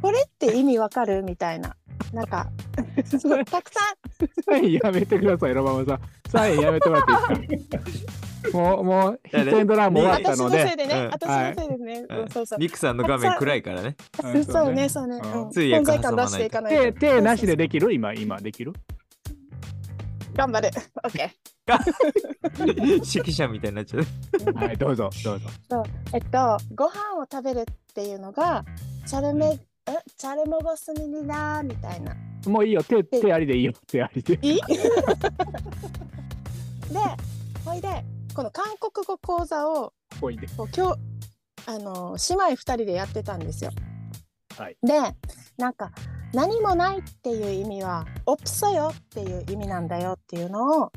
Speaker 1: これって意味わかるみたいな。なん か、そうたくさ
Speaker 2: サインやめてください、ロバマさん。サインやめてもらっていい ですか。もう、もう、ヒットエンドランも
Speaker 1: ん、
Speaker 2: 終わっ
Speaker 1: 私
Speaker 2: たの
Speaker 1: のせい
Speaker 2: で。
Speaker 1: でね、
Speaker 3: うん
Speaker 1: 私のせいですね。
Speaker 3: はい
Speaker 1: うんそうそう。
Speaker 3: ニックさんの画面暗いからね。
Speaker 2: うん
Speaker 1: そうね、。そうね。
Speaker 2: うん
Speaker 1: うん
Speaker 3: 通訳
Speaker 1: 存在感出していかない
Speaker 2: 手、
Speaker 1: と。
Speaker 2: 手なしでできる今、今できる
Speaker 1: 頑張る。オッケー。
Speaker 3: 指揮者みたいになっちゃう。
Speaker 2: はい、どうぞ、どうぞ。
Speaker 1: えっと、ご飯を食べるっていうのが、チャルメ、んチャルモゴスミリだみたいな。
Speaker 2: もういいよ、手、手ありでいいよ、手ありで。
Speaker 1: いいで、ほいで、この韓国語講座を
Speaker 2: ぽいね。
Speaker 1: こう今日あの姉妹2人でやってたんですよ。
Speaker 2: はい
Speaker 1: でなんか「何もない」っていう意味は「オプソよ」っていう意味なんだよっていうのを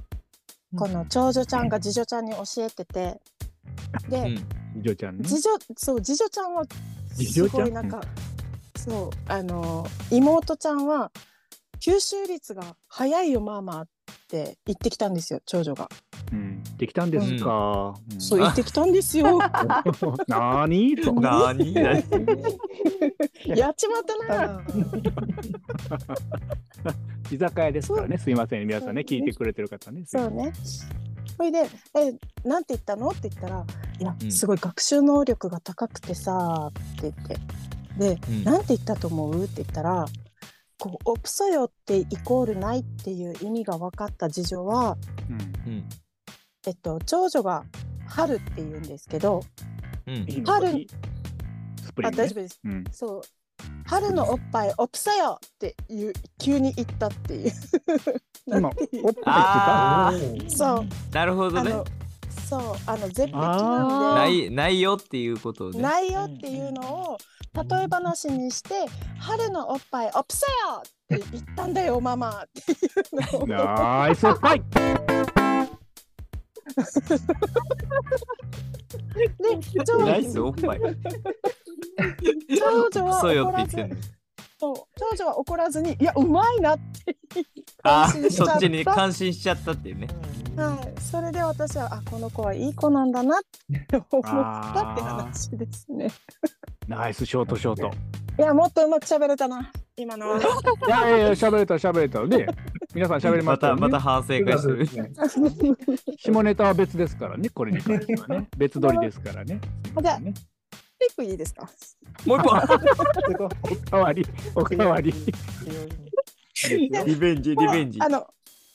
Speaker 1: この長女ちゃんが次女ちゃんに教えててで、
Speaker 3: うん
Speaker 2: みじょちゃんね。
Speaker 1: 次女そう次女ちゃんは
Speaker 2: 次女
Speaker 1: す
Speaker 2: ちゃん
Speaker 1: ごいなんかそうあの妹ちゃんは吸収率が早いよママって言ってきたんですよ長女が。
Speaker 2: うん。できたんですか。うん
Speaker 1: そう言ってきたんですよ。
Speaker 2: なーにと。
Speaker 3: なになに
Speaker 1: やっちまったな。
Speaker 2: 居酒屋ですからね。すいません皆さんね聞いてくれてる方ね。すい
Speaker 1: そ
Speaker 2: ませ。
Speaker 1: うんね。それで、え、なんて言ったのって言ったら、いや
Speaker 3: う、ん
Speaker 1: すごい学習能力が高くてさ、って言って。で、
Speaker 3: うん
Speaker 1: なんて言ったと思うって言ったら、こう、オプソよってイコールないっていう意味が分かった事情は、
Speaker 2: うん
Speaker 3: うん
Speaker 1: えっと、長女が春って言うんですけど、
Speaker 3: うん
Speaker 2: いいの
Speaker 1: 春
Speaker 2: いいスプリ
Speaker 1: あ、
Speaker 2: ングね
Speaker 1: 大丈。夫です。
Speaker 2: うん。
Speaker 1: そう。春のおっぱい、オプソよっていう、急に言ったっていう。
Speaker 2: 今おっぱいって言っ
Speaker 3: あ
Speaker 2: た。
Speaker 3: ー
Speaker 1: そう。
Speaker 3: なるほど
Speaker 1: あ
Speaker 3: ね
Speaker 1: の、そう、あの、絶壁
Speaker 2: あー
Speaker 1: なん
Speaker 3: な
Speaker 1: で。
Speaker 3: いないよっていうことをね
Speaker 1: 内容っていうのを例え話にして「春のおっぱいオプセよ!」って言ったんだよママっていうのを
Speaker 2: ナイススパイ。
Speaker 1: で長
Speaker 3: ナ
Speaker 1: 女
Speaker 3: イスおっぱい
Speaker 1: 長女は
Speaker 3: そうよ
Speaker 1: 怒
Speaker 3: って
Speaker 1: らず
Speaker 3: 言ってんの
Speaker 1: そう長女は怒らずに「いやうまいな」って
Speaker 3: あ
Speaker 1: 感心
Speaker 3: ー
Speaker 1: しちゃった
Speaker 3: そっちに感心しちゃったっていうね
Speaker 1: はい、それで私は「あこの子はいい子なんだな」って思ったって
Speaker 2: あ
Speaker 1: 話ですね。
Speaker 2: ナイスショートショート。
Speaker 1: いやもっとうまく喋れたな今のは。
Speaker 2: いやいやいや喋れた喋れたね。皆さん喋れま
Speaker 3: ま
Speaker 2: したよ
Speaker 3: た
Speaker 2: ね。
Speaker 3: また反省会してる
Speaker 2: 下ネタは別ですからね。これに関してはね。別撮りですからね。すいませんね
Speaker 1: ピックいいですか
Speaker 3: もう一本
Speaker 7: すごい
Speaker 2: おかわりおかわり。
Speaker 7: 強いね
Speaker 3: リベンジリベンジ
Speaker 1: あの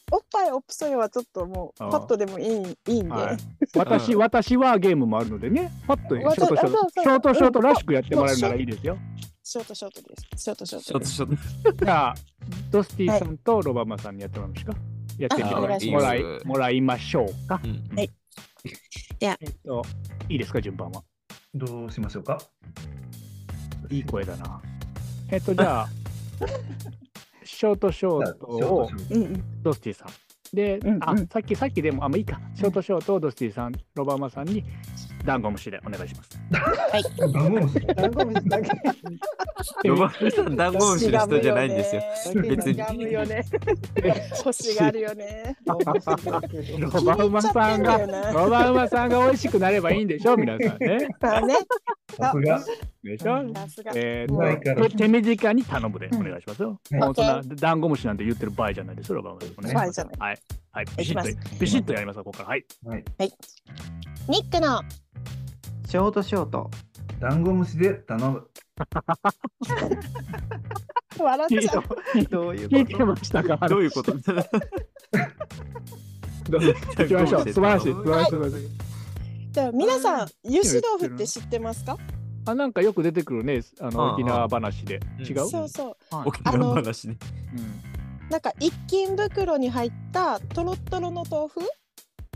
Speaker 1: おっぱいオプソよはちょっともうパ
Speaker 2: あー
Speaker 1: ッとでもいいいいんで。
Speaker 2: はい、 私、
Speaker 3: うん
Speaker 2: 私はゲームもあるのでね、パッとねショートショ
Speaker 1: 私あ
Speaker 2: ート、
Speaker 1: そうそう
Speaker 2: ショートショートらしくやってもらえるならいいですよ。
Speaker 1: ショートショートです。ショートショー
Speaker 3: ち
Speaker 1: ト
Speaker 3: ょっ
Speaker 1: で
Speaker 3: と
Speaker 1: す。
Speaker 3: ちょっと
Speaker 2: じゃあ、ドスティさんとロバマさんにやってもらいましょうか。やって
Speaker 1: あお願いし
Speaker 2: も
Speaker 1: ます
Speaker 2: らいもらいましょうか。
Speaker 3: うん
Speaker 1: はい
Speaker 2: えっと、いいですか、順番は。
Speaker 5: どうしましょうか
Speaker 2: いい声だな。えっと、じゃ あ、ショートショートを
Speaker 1: うんうん。
Speaker 2: ドスティさん。で、
Speaker 1: うんうん
Speaker 2: あさっきさっきでも、あ、まあいいか、ショートショートをドスティさん、ロバマさんにダンゴムシでお願いします。
Speaker 5: ダンゴムシ
Speaker 7: ダンゴムシだけ
Speaker 3: 呼ばれたダンゴムシの人じゃないんですよ。別
Speaker 1: 別
Speaker 3: に
Speaker 1: に。ガムよね。欲しがるよね。
Speaker 7: ダンゴムシだけど
Speaker 2: ロバウマさんが、ロバウマさんが美味しくなればいいんでしょ、皆さんね。
Speaker 1: だね。
Speaker 5: さすが
Speaker 2: でしょ
Speaker 1: さすが。
Speaker 2: え
Speaker 5: うま
Speaker 2: ー
Speaker 5: いか
Speaker 2: っ
Speaker 5: ら
Speaker 2: と、手手短に頼むでお願いしますよ。
Speaker 5: うん
Speaker 2: もうそんなダンゴムシなんて言ってる場合じゃないですよ、ロバウマさんもね。
Speaker 1: 場合じゃない
Speaker 2: はい。はい、ビ
Speaker 1: い
Speaker 2: シ
Speaker 1: き
Speaker 2: ッ
Speaker 1: ます
Speaker 2: と、ビシッとやりますよ、ここから。はい。
Speaker 5: はい
Speaker 1: ニックの。
Speaker 7: ショートショート
Speaker 5: ダンゴムシで頼む
Speaker 1: 笑
Speaker 2: 聞
Speaker 1: っ
Speaker 2: い
Speaker 1: ちゃ
Speaker 2: て
Speaker 1: う。
Speaker 7: どういう
Speaker 2: 聞い
Speaker 7: こ
Speaker 2: てましたか
Speaker 3: どういうこと
Speaker 2: 行きましょう。素晴らしい、素晴らしい。素晴らしい
Speaker 1: でも皆さん、油脂豆腐って知ってますか。
Speaker 2: あ、なんかよく出てくるね、あ
Speaker 3: うんうん
Speaker 2: の、沖縄話で。
Speaker 3: うん
Speaker 2: 違う
Speaker 3: うん
Speaker 1: そうそう。
Speaker 2: はい
Speaker 3: 沖縄話ね。
Speaker 2: うん
Speaker 1: なんか一斤袋に入ったとろっとろの豆腐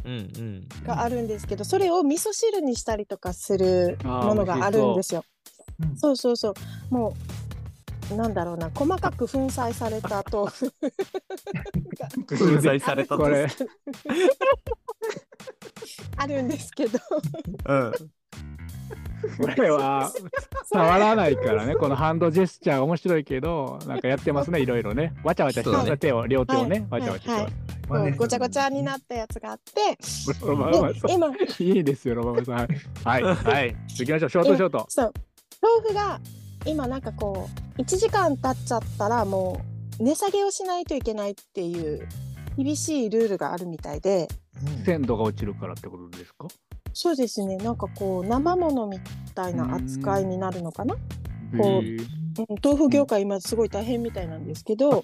Speaker 3: うんうん。
Speaker 1: があるんですけど、それを味噌汁にしたりとかするものがあるんですよ。
Speaker 5: あー美味し
Speaker 1: そうそうそう。もう。なんだろうな、細かく粉砕された豆腐。
Speaker 3: 粉砕されたと
Speaker 2: これ、
Speaker 1: あるんですけど。
Speaker 3: うん。
Speaker 2: これは触らないからね、このハンドジェスチャー面白いけど、なんかやってますね、いろいろね。わちゃわちゃしてま
Speaker 3: そ
Speaker 2: す
Speaker 3: うね
Speaker 2: ね、手を、両手をね、
Speaker 1: は
Speaker 2: わ
Speaker 1: い
Speaker 2: ちゃわちゃして
Speaker 5: 真似する
Speaker 1: ごちゃごちゃになったやつがあって、
Speaker 2: ます。ロバウマ
Speaker 1: で
Speaker 2: さん
Speaker 1: 今
Speaker 2: いいですよ、ロバウマさん。 はい、はい、行きましょう、ショートショート。
Speaker 1: そう豆腐が今なんかこう1時間経っちゃったらもう値下げをしないといけないっていう厳しいルールがあるみたいで
Speaker 2: 鮮度が落ちるからってことですか
Speaker 1: そうですねなんかこう生ものみたいな扱いになるのかな、こう
Speaker 2: へー
Speaker 1: うん豆腐業界今すごい大変みたいなんですけど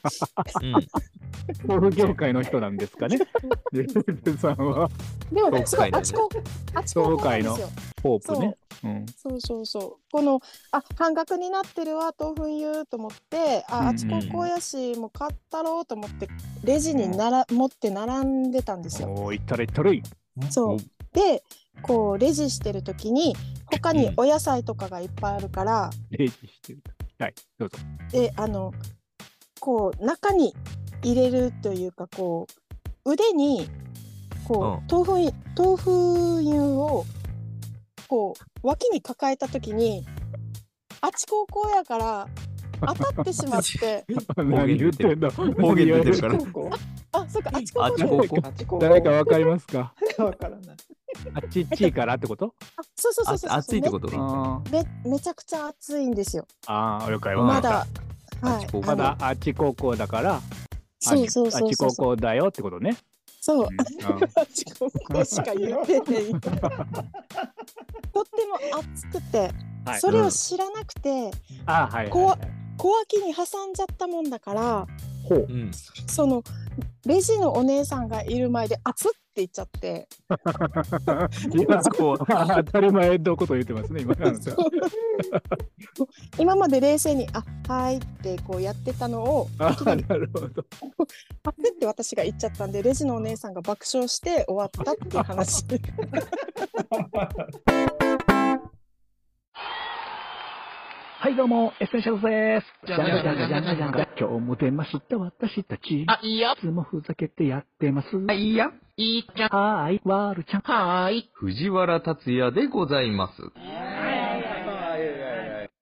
Speaker 2: 豆腐業界の人なんですかね、ジェルさんは。
Speaker 1: でも
Speaker 3: 豆腐
Speaker 1: すご
Speaker 3: 界
Speaker 1: い
Speaker 3: だ
Speaker 1: あ
Speaker 3: ね
Speaker 1: ちこあちこちなんですよ
Speaker 2: ホープね。うん
Speaker 1: そうそうそうこのあ半額になってるわ豆腐言うと思って
Speaker 2: うんうん
Speaker 1: ああちこちこうやしもう買ったろうと思ってレジになら、持って並んでたんですよ。
Speaker 2: おー、いったれいったれい。
Speaker 1: そう
Speaker 3: お
Speaker 1: でこうレジしてる時に他
Speaker 3: う
Speaker 1: に
Speaker 3: ん
Speaker 1: お野菜とかがいっぱいあるから、
Speaker 9: 例示してる。はい、どうぞ。
Speaker 1: であのこう中に入れるというかこう腕にこう、豆腐豆腐湯をこう脇に抱えた時にあちこうこうやから当たってしまって
Speaker 3: 言
Speaker 9: 何言
Speaker 3: 出
Speaker 9: って
Speaker 3: る
Speaker 9: てんの
Speaker 3: 方言出てるか
Speaker 7: あ
Speaker 3: ら
Speaker 7: ち。こ
Speaker 1: あそっかあちこ
Speaker 3: あ
Speaker 1: うこ
Speaker 3: っ
Speaker 1: う
Speaker 3: ち
Speaker 1: や
Speaker 3: こうこ
Speaker 7: あちこ
Speaker 9: 誰かわかりますか
Speaker 7: わからない。
Speaker 9: あっちっちいからってこと
Speaker 1: あそうそうそうそう
Speaker 3: あ暑いってこと
Speaker 9: あー
Speaker 1: めめちゃくちゃ暑いんですよ
Speaker 9: あー、了解
Speaker 3: うん
Speaker 1: ま
Speaker 9: わかった。
Speaker 1: だ
Speaker 3: あ
Speaker 1: はい
Speaker 3: ちこうこ
Speaker 9: まだあっち高校だから、あ
Speaker 1: そう
Speaker 9: っち
Speaker 1: そう
Speaker 9: あっ
Speaker 1: そう
Speaker 9: ち
Speaker 1: そう
Speaker 9: 高校だよってことね。
Speaker 1: そう
Speaker 9: うんあー
Speaker 1: あちここしか言ってない。とっても暑くて、
Speaker 9: はい
Speaker 1: それを知らなくて
Speaker 9: あー、はいはいはい。
Speaker 1: こわ小脇に挟んじゃったもんだから
Speaker 9: ほう。
Speaker 3: うん。
Speaker 1: そのレジのお姉さんがいる前で「熱っ!」って言っちゃ って
Speaker 9: 今こう 当たり前のこと言ってますね今
Speaker 1: 今まで冷静に「あはい」ってこうやってたのを
Speaker 9: あーなるほど
Speaker 1: 「熱っ!」って私が言っちゃったんでレジのお姉さんが爆笑して終わったっていう話
Speaker 9: はいどうもエッセンシャルズです
Speaker 6: じゃんじゃんじゃんじゃんじゃんじゃん
Speaker 9: 今日も出ました私たち
Speaker 6: あ、いいよ
Speaker 9: い。つもふざけてやってます
Speaker 6: あ、いいよ。いいじゃん。
Speaker 9: はーいワールちゃん
Speaker 6: はーい。
Speaker 3: 藤原達也でございます。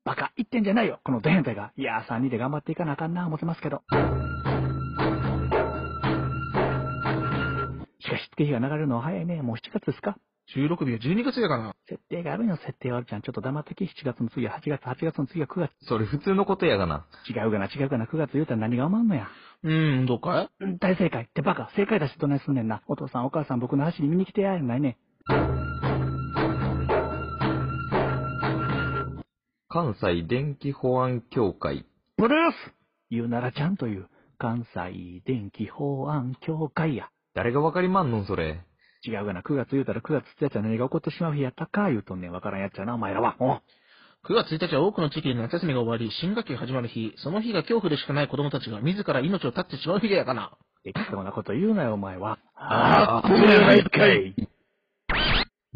Speaker 9: バカ言ってんじゃないよこのド変態がいやー3人で頑張っていかなあかんな思ってますけどしかし月日が流れるのは早いねもう7月ですか
Speaker 6: 収録日は12月やから。
Speaker 9: 設定があるよ設定ワールちゃんちょっと黙ってき7月の次は8月8月の次は9月
Speaker 3: それ普通のことやがな。
Speaker 9: 違うがな違うがな9月言うたら何が思うんのや
Speaker 6: うーん、どうかい
Speaker 9: うん大正解ってバカ正解出してどないすんねんなお父さんお母さん僕の話に見に来てやないね
Speaker 3: 関西電気保安協会。
Speaker 9: ブルース言うならちゃんと言う関西電気法案協会や
Speaker 3: 誰がわかりまんのんそれ。
Speaker 9: 違うがな9月言うたら9月1日は何が起こってしまう日やったか言うとんねんわからんやっちゃうなお前らはおう
Speaker 6: ?9 月1日は多くの地域で夏休みが終わり、新学期が始まる日、その日が恐怖でしかない子供たちが自ら命を絶ってしまう日やからな。
Speaker 9: 適当なこと言うなよお前は
Speaker 6: あ
Speaker 9: あ危ないかい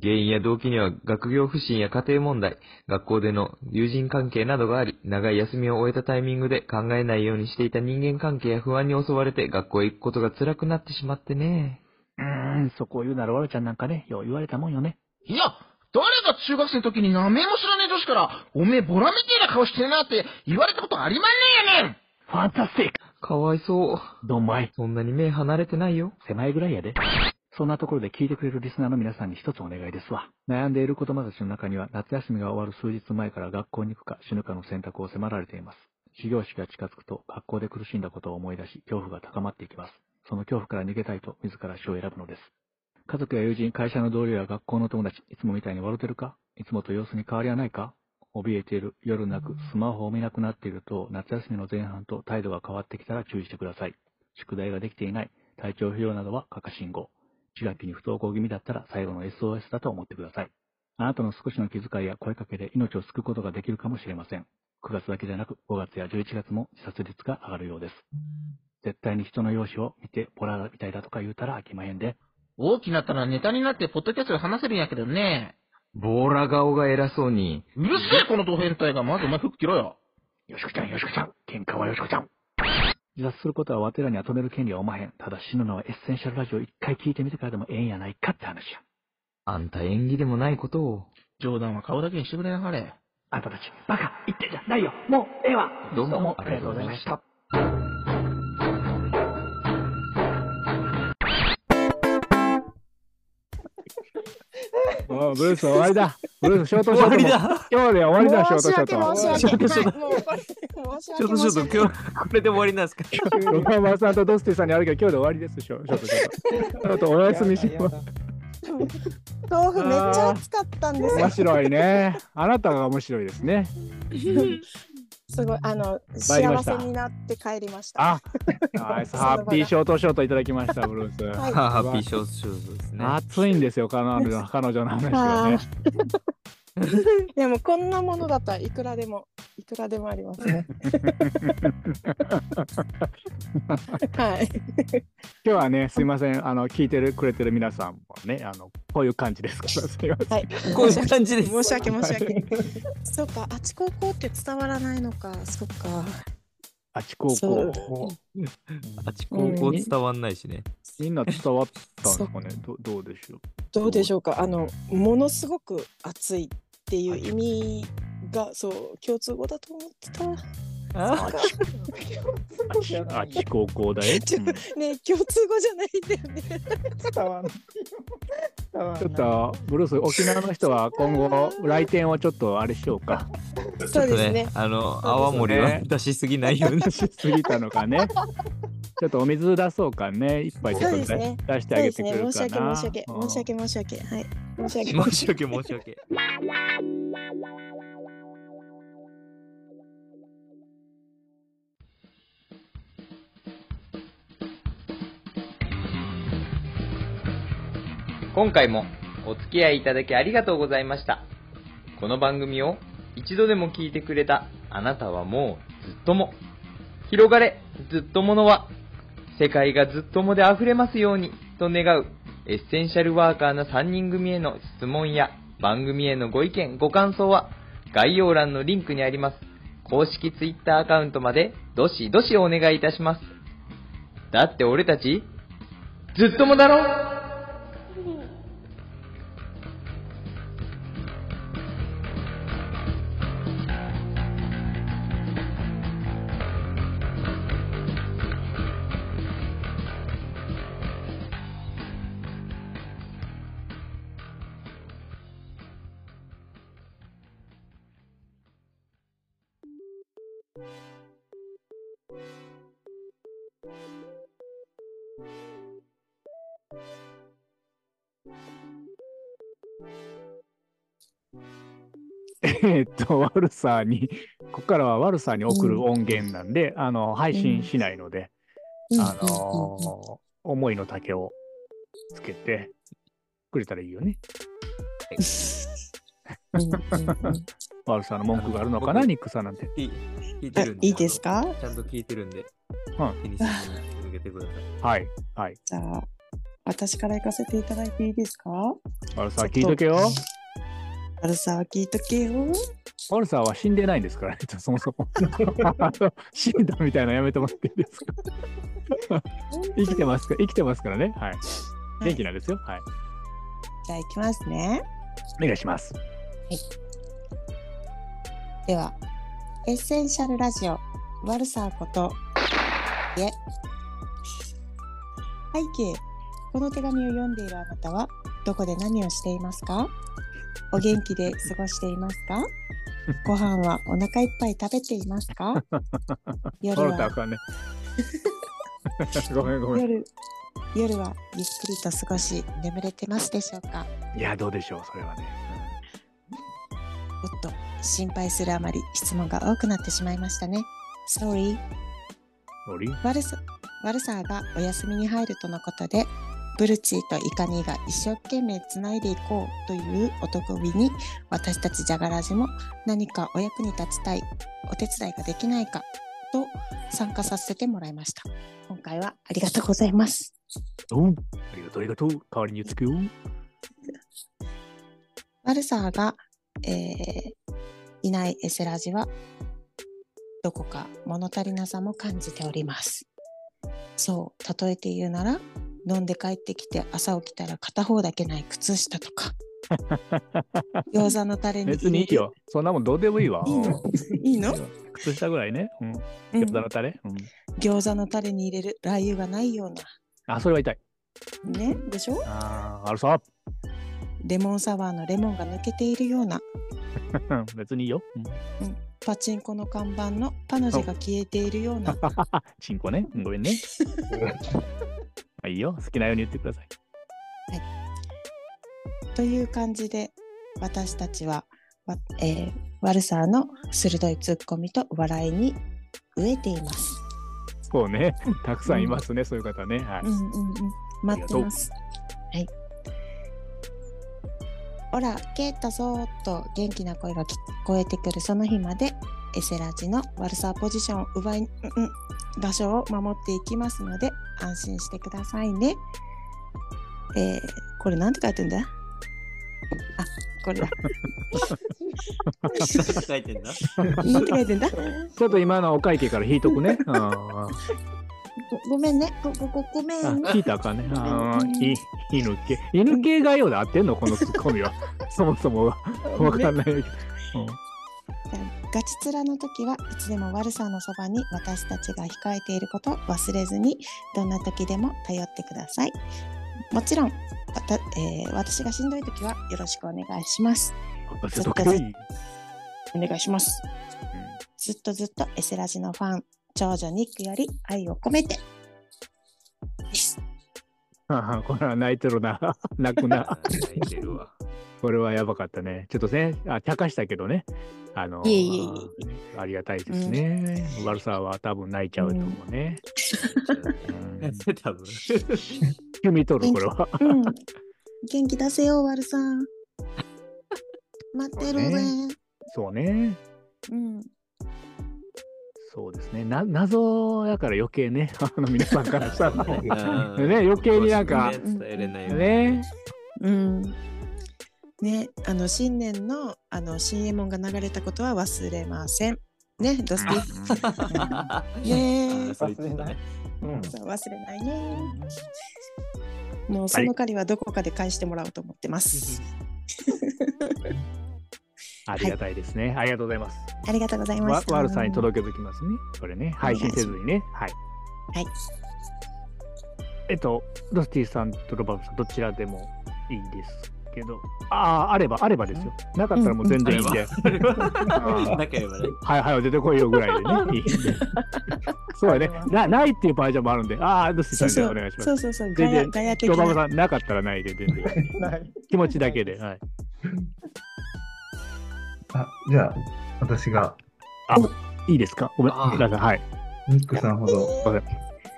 Speaker 3: 原因や動機には学業不振や家庭問題、学校での友人関係などがあり、長い休みを終えたタイミングで考えないようにしていた人間関係や不安に襲われて学校へ行くことが辛くなってしまってね。
Speaker 9: うーんそこを言うならわるちゃんなんかねよう言われたもんよね
Speaker 6: いや、誰が中学生の時に名前も知らねえ女子から、おめえボラみてえな顔してるなって言われたことありまんねえやねん
Speaker 9: ファンタスティック
Speaker 3: かわいそう。
Speaker 9: どんまい
Speaker 3: そんなに目離れてないよ。
Speaker 9: 狭いぐらいやで。そんなところで聞いてくれるリスナーの皆さんに一つお願いですわ。悩んでいる子供たちの中には、夏休みが終わる数日前から学校に行くか死ぬかの選択を迫られています。始業式が近づくと、学校で苦しんだことを思い出し、恐怖が高まっていきます。その恐怖から逃げたいと、自ら死を選ぶのです。家族や友人、会社の同僚や学校の友達、いつもみたいに笑ってるかいつもと様子に変わりはないか怯えている、夜なく、スマホを見なくなっていると、夏休みの前半と態度が変わってきたら注意してください。宿題ができていない、体調不良などは過過信号。自学期に不登校気味だったら最後の SOS だと思ってください。あなたの少しの気遣いや声かけで命を救うことができるかもしれません。9月だけでなく5月や11月も自殺率が上がるようです。絶対に人の容姿を見てボラみたいだとか言うたらあきまへんで。
Speaker 6: 大きなったらネタになってポッドキャストで話せるんやけどね。
Speaker 3: ボーラ顔が偉そうに。
Speaker 6: うるせえ、このド変態が。まずお前服着ろよ。
Speaker 9: よしこちゃんよしこちゃん喧嘩はよしこちゃん自殺することはわてらには止める権利はおまへん。ただ死ぬのはエッセンシャルラジオ一回聞いてみてからでもええんやないかって話や。
Speaker 3: あんた縁起でもないことを。
Speaker 6: 冗談は顔だけにしてくれなはれ。
Speaker 9: あんたたち、バカ言ってんじゃないよもうええわ
Speaker 3: どうもありがとうございました。
Speaker 9: おうブルース終わりだ。ブルース、ショートショート。
Speaker 3: だ
Speaker 9: 今日で終わりだ、ショートショート。
Speaker 1: 申し訳申し
Speaker 3: ちょっ
Speaker 1: 訳
Speaker 3: とちょっ
Speaker 1: は
Speaker 3: と
Speaker 1: いもうこれ申し
Speaker 3: ち
Speaker 1: 訳
Speaker 3: ょっとちょっ
Speaker 1: 申し訳
Speaker 3: と今日、これで終わりなんです か
Speaker 9: ロマンマさんとドスティさんにあるけど、今日で終わりです、ショーショートショート。ちょっとお休みします。
Speaker 1: 豆腐めっちゃ熱かったんですよ
Speaker 9: 面白いね。あなたが面白いですね。
Speaker 1: すごいあの
Speaker 9: 参り
Speaker 1: 幸
Speaker 9: ました
Speaker 1: せになって帰りました。
Speaker 9: あ、ナイスハッピーショートショートいただきました、ブルース。
Speaker 1: はい
Speaker 3: ハッピーショーショートですね。
Speaker 9: 熱いんですよ、彼女の彼女の話はね。
Speaker 1: でもこんなものだったらいくらでもいくらでもありますね。はい。
Speaker 2: 今日はね、すいません、あの聞いてるくれてる皆さんもね、あのこういう感じですから、すいません。
Speaker 1: はい。
Speaker 3: こういう感じです。
Speaker 1: 申し訳申し訳。 そうか、あち高校って伝わらないのか、そっか。
Speaker 2: あち高校、
Speaker 3: あちここ伝わんないしね。
Speaker 2: みんな伝わったんですかね、どどうでしょう。
Speaker 1: どうでしょうか。あのものすごく暑いっていう意味がそう共通語だと思ってた。
Speaker 3: あ
Speaker 2: あちあち高校だよ。 うんちょっ
Speaker 1: ねえ共通語じゃないんだよね。
Speaker 7: 伝わんない伝わんない
Speaker 2: と、ブルース、沖縄の人は今後、来店をちょっとあれしようか。
Speaker 1: そうですね。
Speaker 3: あの、泡盛は出しすぎないように。
Speaker 2: しすぎたの かね。ちょっとお水出そうかね、一杯ちょっと
Speaker 1: そうです
Speaker 2: ね
Speaker 1: ね
Speaker 2: 出し
Speaker 1: そ
Speaker 2: て
Speaker 1: う
Speaker 2: あ
Speaker 1: で
Speaker 2: げ
Speaker 1: す
Speaker 2: てく
Speaker 1: ね。
Speaker 2: れる
Speaker 1: 申し
Speaker 2: か
Speaker 1: 訳
Speaker 2: な。
Speaker 1: 申し訳申し訳申し訳はい申し訳。
Speaker 3: 申し訳申し訳。今回もお付き合いいただきありがとうございました。この番組を一度でも聞いてくれたあなたはもうずっとも。広がれ、ずっとものは、世界がずっともで溢れますようにと願うエッセンシャルワーカーな3人組への質問や番組へのご意見、ご感想は概要欄のリンクにあります公式 Twitter アカウントまでどしどしお願いいたします。だって俺たち、ずっともだろ
Speaker 2: えーっと、ワルサーに、ここからはワルサーに送る音源なんで、あの、配信しないので、あのー思いの丈をつけてくれたらいいよね。ワルサーの文句があるのかな、
Speaker 3: 僕
Speaker 2: ニックさんなんて。
Speaker 3: 聞い
Speaker 1: あいいですか？
Speaker 3: ちゃんと聞いてるんで、
Speaker 2: うん
Speaker 3: 気にせずに続けてください。
Speaker 2: はい、はい。
Speaker 1: じゃあ私から行かせていただいていいですか？
Speaker 2: ワルサー聞いとけよ。
Speaker 1: あるさ聞いとけよ。
Speaker 2: ワルサーは死んでないんですからね、 そもそも。あの死んだみたいなのやめてもらっていい ですか生きてますか生きてますからね。はい。元気なんですよ。はい。
Speaker 1: じゃあ行きますね。
Speaker 2: お願いします。
Speaker 1: では、エッセンシャルラジオ、ワルサーこと、いえ。背景、この手紙を読んでいるあなたは、どこで何をしていますかお元気で過ごしていますかご飯はお腹いっぱい食べていますか夜
Speaker 2: ワルサーあ
Speaker 1: は、
Speaker 2: か んね。ごめんごめん。
Speaker 1: 夜、夜はゆっくりと過ごし、眠れてますでしょうか
Speaker 2: いや、どうでしょう、それはね。
Speaker 1: おっと、心配するあまり質問が多くなってしまいましたね。Sorry.
Speaker 2: ノリ
Speaker 1: ワルサワルサーがお休みに入るとのことでブルチーとイカニーが一生懸命つないでいこうというお得意に私たちジャガラジも何かお役に立ちたいお手伝いができないかと参加させてもらいました今回はありがとうございます
Speaker 2: うん。ありがとう、ありがとう。代わりに言っつくよ。
Speaker 1: ワルサーが、えーいないエセラジはどこか物足りなさも感じております。そう、例えて言うなら、飲んで帰ってきて朝起きたら片方だけない靴下とか、餃子のタレに
Speaker 2: 別にいいよ。そんなもんどうでもいいわ。
Speaker 1: いいの
Speaker 2: うん
Speaker 1: いいの、
Speaker 2: 靴下ぐらいね。うん。
Speaker 1: うん
Speaker 2: 餃子のタレ。うん。
Speaker 1: 餃子のタレに入れるラー油がないよう
Speaker 2: あ、それは痛い。
Speaker 1: な、ね、でしょ
Speaker 2: あー、ワルサ
Speaker 1: レモンサワーのレモンが抜けているような、
Speaker 2: ー。別にいいよ。うん
Speaker 1: パチンコの看板のパの字が消えているよう な、
Speaker 2: チンコね。ごめんね。まあいいよ。好きなように言ってください。
Speaker 1: という感じで私たちは、わえー、ワルサーの鋭いツッコミと笑いに飢えています。
Speaker 2: そう ね。たくさんいますね、そういう方ね。はい。
Speaker 1: うんうんうん、待ってます。はい。オラ、ケータぞーっと元気な声が聞こえてくるその日まで、
Speaker 6: エセラジの悪さポジションを奪い、うんうん、場所を守っていきますので、安心してくださいね。えー、これなんて書いてんだあ、これだ。
Speaker 3: 書いてんだ。
Speaker 6: なんて書いてんだ
Speaker 2: ちょっと今のお会計から引いとく ね。うん
Speaker 6: ごごめんね。ごごごごめ
Speaker 2: あ
Speaker 6: んね。
Speaker 2: 聞いたらあかん ね。あーい犬系。犬系がよで合ってんのこのツッコミは。 そもそもは。わかんないけど。うん
Speaker 6: ガチツラの時はいつでも悪さのそばに私たちが控えていることを忘れずにどんな時でも頼ってください。もちろん、わたえー私がしんどい時はよろしくお願いします。
Speaker 2: 私とかいい。
Speaker 6: お願いします。ずっとずっとエセラジのファン、長女ニックより愛を込めて。です
Speaker 2: ああこれは泣いてるな。 泣くな。
Speaker 3: 書いてるわ。
Speaker 2: これはやばかったね。ちょっとね、あ、茶化したけどね。あの
Speaker 6: いえいえい
Speaker 2: ありがたいですね。悪さは多分泣いちゃうと思うね。 うん、
Speaker 3: 多分。
Speaker 2: 読み取る、これは。
Speaker 6: うん。元気出せよ、ワルさん。待ってるぜ。
Speaker 2: そうね。
Speaker 6: うん。
Speaker 2: そうですね。な謎だから余計ね、 あの皆さんからしたら ね。
Speaker 3: う
Speaker 2: ね余計になんか
Speaker 3: ね伝えれないよね。
Speaker 2: ね。
Speaker 6: うん。ね、あの新年のあの新エモンが流れたことは忘れません。ね、ドスピ
Speaker 3: あ
Speaker 6: ね
Speaker 3: ーそう言ってたね
Speaker 5: うん
Speaker 6: そう忘れないね。もうその借りはどこかで返してもらおうと思ってます。
Speaker 2: ありがたいですね。ありがとうございます。
Speaker 6: ありがとうございま
Speaker 2: わ
Speaker 6: す。
Speaker 2: 悪さに届けときますね。これね、配信せずにね。はい。
Speaker 6: はい。
Speaker 2: えっと、ロスティさんとロバートさん、どちらでもいいですけど、ああ、あれば、あればですよ。なかったらもう全然いいんで、
Speaker 3: あれは仲良くね。
Speaker 2: はいはい、出てこいよぐらい でね。いいんでそうだねな。ないっていう場合じゃもあるんで、ああ、ロステ
Speaker 6: そ
Speaker 2: ィ
Speaker 6: う
Speaker 2: さん、じ
Speaker 6: そ
Speaker 2: ゃあ
Speaker 6: う
Speaker 2: お願いしま
Speaker 6: そ
Speaker 2: す。
Speaker 6: うそうそうガ
Speaker 2: 全
Speaker 6: ヤ
Speaker 2: 然
Speaker 6: ガヤ的
Speaker 2: ロバートさ
Speaker 6: な。
Speaker 2: ん、なかったらないで、全 然いい。
Speaker 7: ない。
Speaker 2: 気持ち だけで、はい。
Speaker 5: あ、じゃあ、私が、
Speaker 2: いいですかごめん
Speaker 3: あー
Speaker 2: なさい。はい。
Speaker 5: ニックさんほど
Speaker 2: ごめん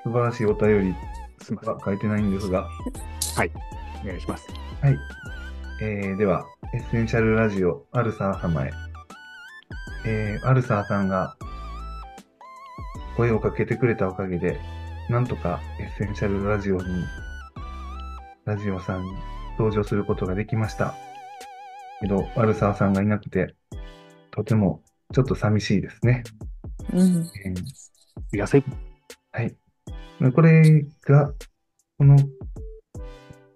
Speaker 5: 素晴らしいお便り
Speaker 2: すみません。
Speaker 5: は書いてないんですが、
Speaker 2: お願いします。
Speaker 5: はい。えー、では、エッセンシャルラジオ、アルサー様へ。えー、アルサーさんが声をかけてくれたおかげで、なんとかエッセンシャルラジオに、ラジオさんに登場することができました。けど、アルサーさんがいなくて、とてもちょっと寂しいですね。
Speaker 6: うん。
Speaker 5: えー
Speaker 2: 安い。
Speaker 5: はい。これが、この、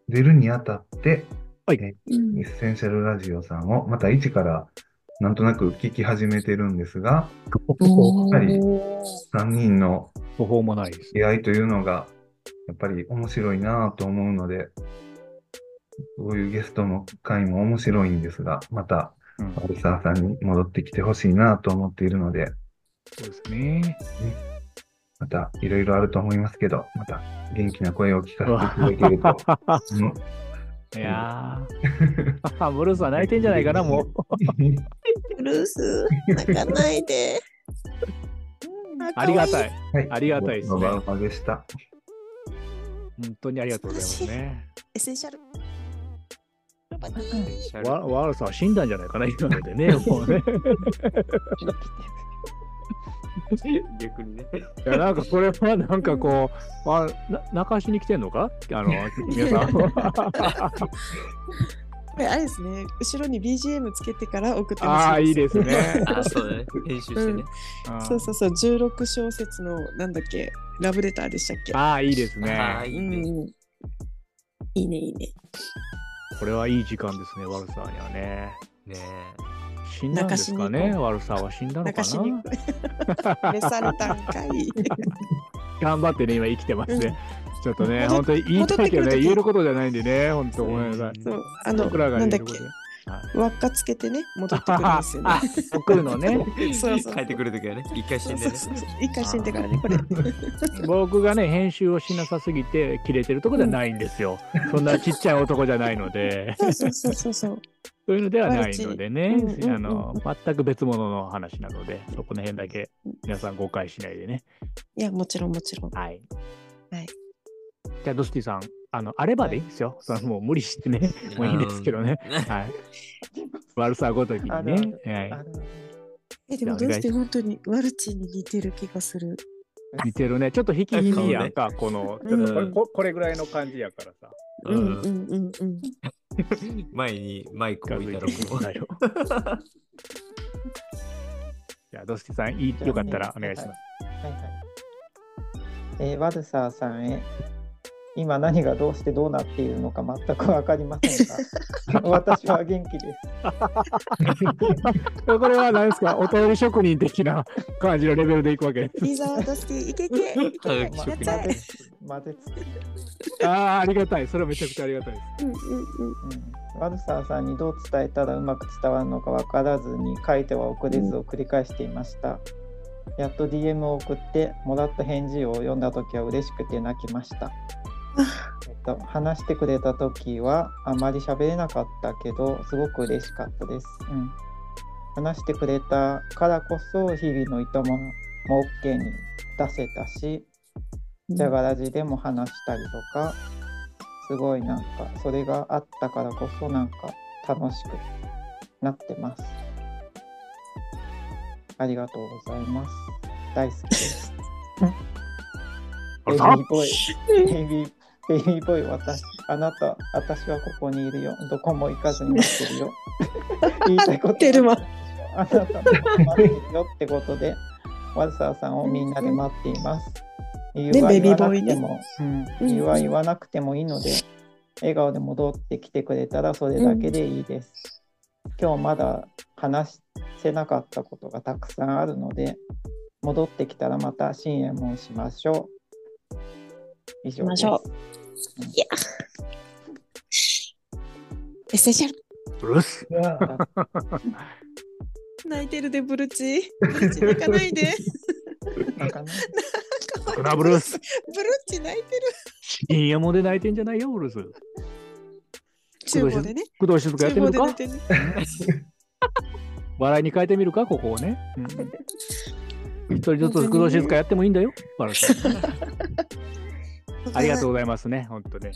Speaker 5: 出るにあたって、
Speaker 6: うん
Speaker 5: エッセンシャルラジオさんをまた一からなんとなく聞き始めてるんですが、お二人、3人の
Speaker 2: 途方もないです。
Speaker 5: 出会いというのがやっぱり面白いなぁと思うので、こういうゲストの回も面白いんですが、また
Speaker 2: うん
Speaker 5: アルサーさんに戻ってきてほしいなぁと思っているので、
Speaker 2: そうです ね。
Speaker 5: またいろいろあると思いますけど、また元気な声を聞かせていただけるとうん
Speaker 2: いやー、ブルースは泣いてんじゃないかな、もう。
Speaker 6: ルース泣かないで。
Speaker 2: ありがた
Speaker 6: い。
Speaker 2: い。
Speaker 5: はい
Speaker 2: ありがたいですね
Speaker 5: ご苦労様で した。
Speaker 2: 本当にありがとうございますね。
Speaker 6: エッセンシャル。ロバティ
Speaker 2: わワールさんは死んだんじゃないかな、今ので ね、もうね。
Speaker 3: 逆にね。
Speaker 2: いや、なんかそれは、なんかこう、わな泣かしに来てんのかあの、皆さん。
Speaker 6: これあれですね。後ろに BGM つけてから送ってほし。
Speaker 2: ああ、いいですすね。
Speaker 3: あ、そうだね。編集してね。
Speaker 2: あ
Speaker 6: そうそうそう。16小節のなんだっけラブレターでしたっけ。
Speaker 2: ああ、いいです
Speaker 3: ああ、
Speaker 2: ね。
Speaker 3: いい
Speaker 6: うん
Speaker 3: ね。
Speaker 6: うん。いいねいいね。
Speaker 2: これはいい時間ですね、ワルサーにはね。
Speaker 3: ねえ
Speaker 2: 死んだんですか
Speaker 6: 泣か
Speaker 2: ね、
Speaker 6: しに行
Speaker 2: ワルサーは死んだの
Speaker 6: 泣
Speaker 2: か
Speaker 6: かしに
Speaker 2: な。
Speaker 6: 召されたんかい。
Speaker 2: 頑張ってね、今生きてますね。ちょっとね、
Speaker 6: 戻
Speaker 2: 本
Speaker 6: っ
Speaker 2: 当に言いたいけど
Speaker 6: 戻ってくる
Speaker 2: ね、
Speaker 6: 時
Speaker 2: 言えることじゃないんでね、本当ごめんなさい。
Speaker 6: そうあの
Speaker 2: 僕らが
Speaker 6: な
Speaker 2: 言
Speaker 6: ん
Speaker 2: え
Speaker 6: だっ
Speaker 2: ること
Speaker 6: け
Speaker 2: で。
Speaker 6: 輪っかつけてね戻ってくるんです よね。
Speaker 2: 送るのね。
Speaker 6: そうそ う
Speaker 3: 帰ってくるときはね、一回死んでね。
Speaker 6: そうそうそう一回死んでからねこれ。
Speaker 2: 僕がね、編集をしなさすぎて、切れてるとこじゃないんですよ。そんなちっちゃい男じゃないので、
Speaker 6: そうそうそうそうそう。
Speaker 2: そういうのではないのでね
Speaker 6: マル、チ
Speaker 2: あの、全く別物の話なので、そこの辺だけ皆さん誤解しないでね。
Speaker 6: いやもちろんもちろん。
Speaker 2: はい。
Speaker 6: はい。
Speaker 2: じゃあ、ドスティさん、あの、あればでいいですよ。そのもう無理してね、もういいですけどね。はい。悪さごときにね。はい。
Speaker 6: え、でもどうして本当にワルチンに似てる気がする。
Speaker 2: 似てるね。ちょっと引き気味やんか、この、ちょっとこれ
Speaker 6: うん
Speaker 2: ここれぐらいの感じやからさ。
Speaker 6: うんうんうんうん。
Speaker 3: 前にマイク
Speaker 2: 近
Speaker 3: 置い
Speaker 2: づ
Speaker 3: た
Speaker 2: い
Speaker 3: ろ
Speaker 2: てきたよ。じゃあ、ドスキさん、いいよかったらお願いします。
Speaker 7: はいはい。えーワルサーさんへ。今何がどうしてどうなっているのか全くわかりませんが、 私は元気です。
Speaker 2: これは何ですかお便り職人的な感じのレベルでいくわけで
Speaker 6: リザードスティ、いけいけ、いけいけ、
Speaker 3: はい
Speaker 6: やっ
Speaker 7: ま
Speaker 3: 食
Speaker 6: ちゃ
Speaker 7: 混
Speaker 6: え
Speaker 7: ぜ。つ混ぜつつ、
Speaker 2: す。ああ、ありがたい。それはめちゃくちゃありがたいです。
Speaker 6: うんうんうん。
Speaker 7: うん。ワルサーさんにどう伝えたらうまく伝わるのかわからずに書いては送れずを繰り返していました。やっと DM を送ってもらった返事を読んだ時は嬉しくて泣きました。えっと、話してくれた時はあまり喋れなかったけどすごく嬉しかったです、うん、話してくれたからこそ日々のいともも OK に出せたしじゃがらじでも話したりとかすごいなんかそれがあったからこそなんか楽しくなってますありがとうございます大好きです
Speaker 2: あ
Speaker 7: ベ
Speaker 2: れ
Speaker 7: ビ
Speaker 2: さ
Speaker 7: ーボーイベイビー、ベイビーボーイ、私、あなた、私はここにいるよ。どこも行かずに待ってる よ。言いたいこと。
Speaker 6: テルマ。
Speaker 7: あなたも待ってるよってことで、ワルサーさんをみんなで待っています。理由は
Speaker 6: ベイビ
Speaker 7: 言
Speaker 6: ー
Speaker 7: わな
Speaker 6: ボーイ
Speaker 7: く
Speaker 6: ね
Speaker 7: ても、うん、理由は言わなくてもいいので、笑顔で戻ってきてくれたらそれだけでいいです。今日まだ話せなかったことがたくさんあるので、戻ってきたらまた新エもしましょう。以上です。
Speaker 6: しましょエッセンシャル。
Speaker 2: ブルース。
Speaker 5: うわぁ
Speaker 6: 泣いてるで、ブル チ。ブルチ泣かないで。
Speaker 7: なんかね
Speaker 2: トラブルース。
Speaker 6: ブルチ泣いてる。
Speaker 2: いいやもんで泣いてんじゃないよ、ブルース。
Speaker 6: 厨房でね。
Speaker 2: 工藤静香やって
Speaker 6: 厨
Speaker 2: み
Speaker 6: 房
Speaker 2: る
Speaker 6: で泣い
Speaker 2: か
Speaker 6: てる。
Speaker 2: 笑いに変えてみるかここをね。うん一人ずつ工藤静香やってもいいんだよ。バラさんありがとうございますね、本当ね。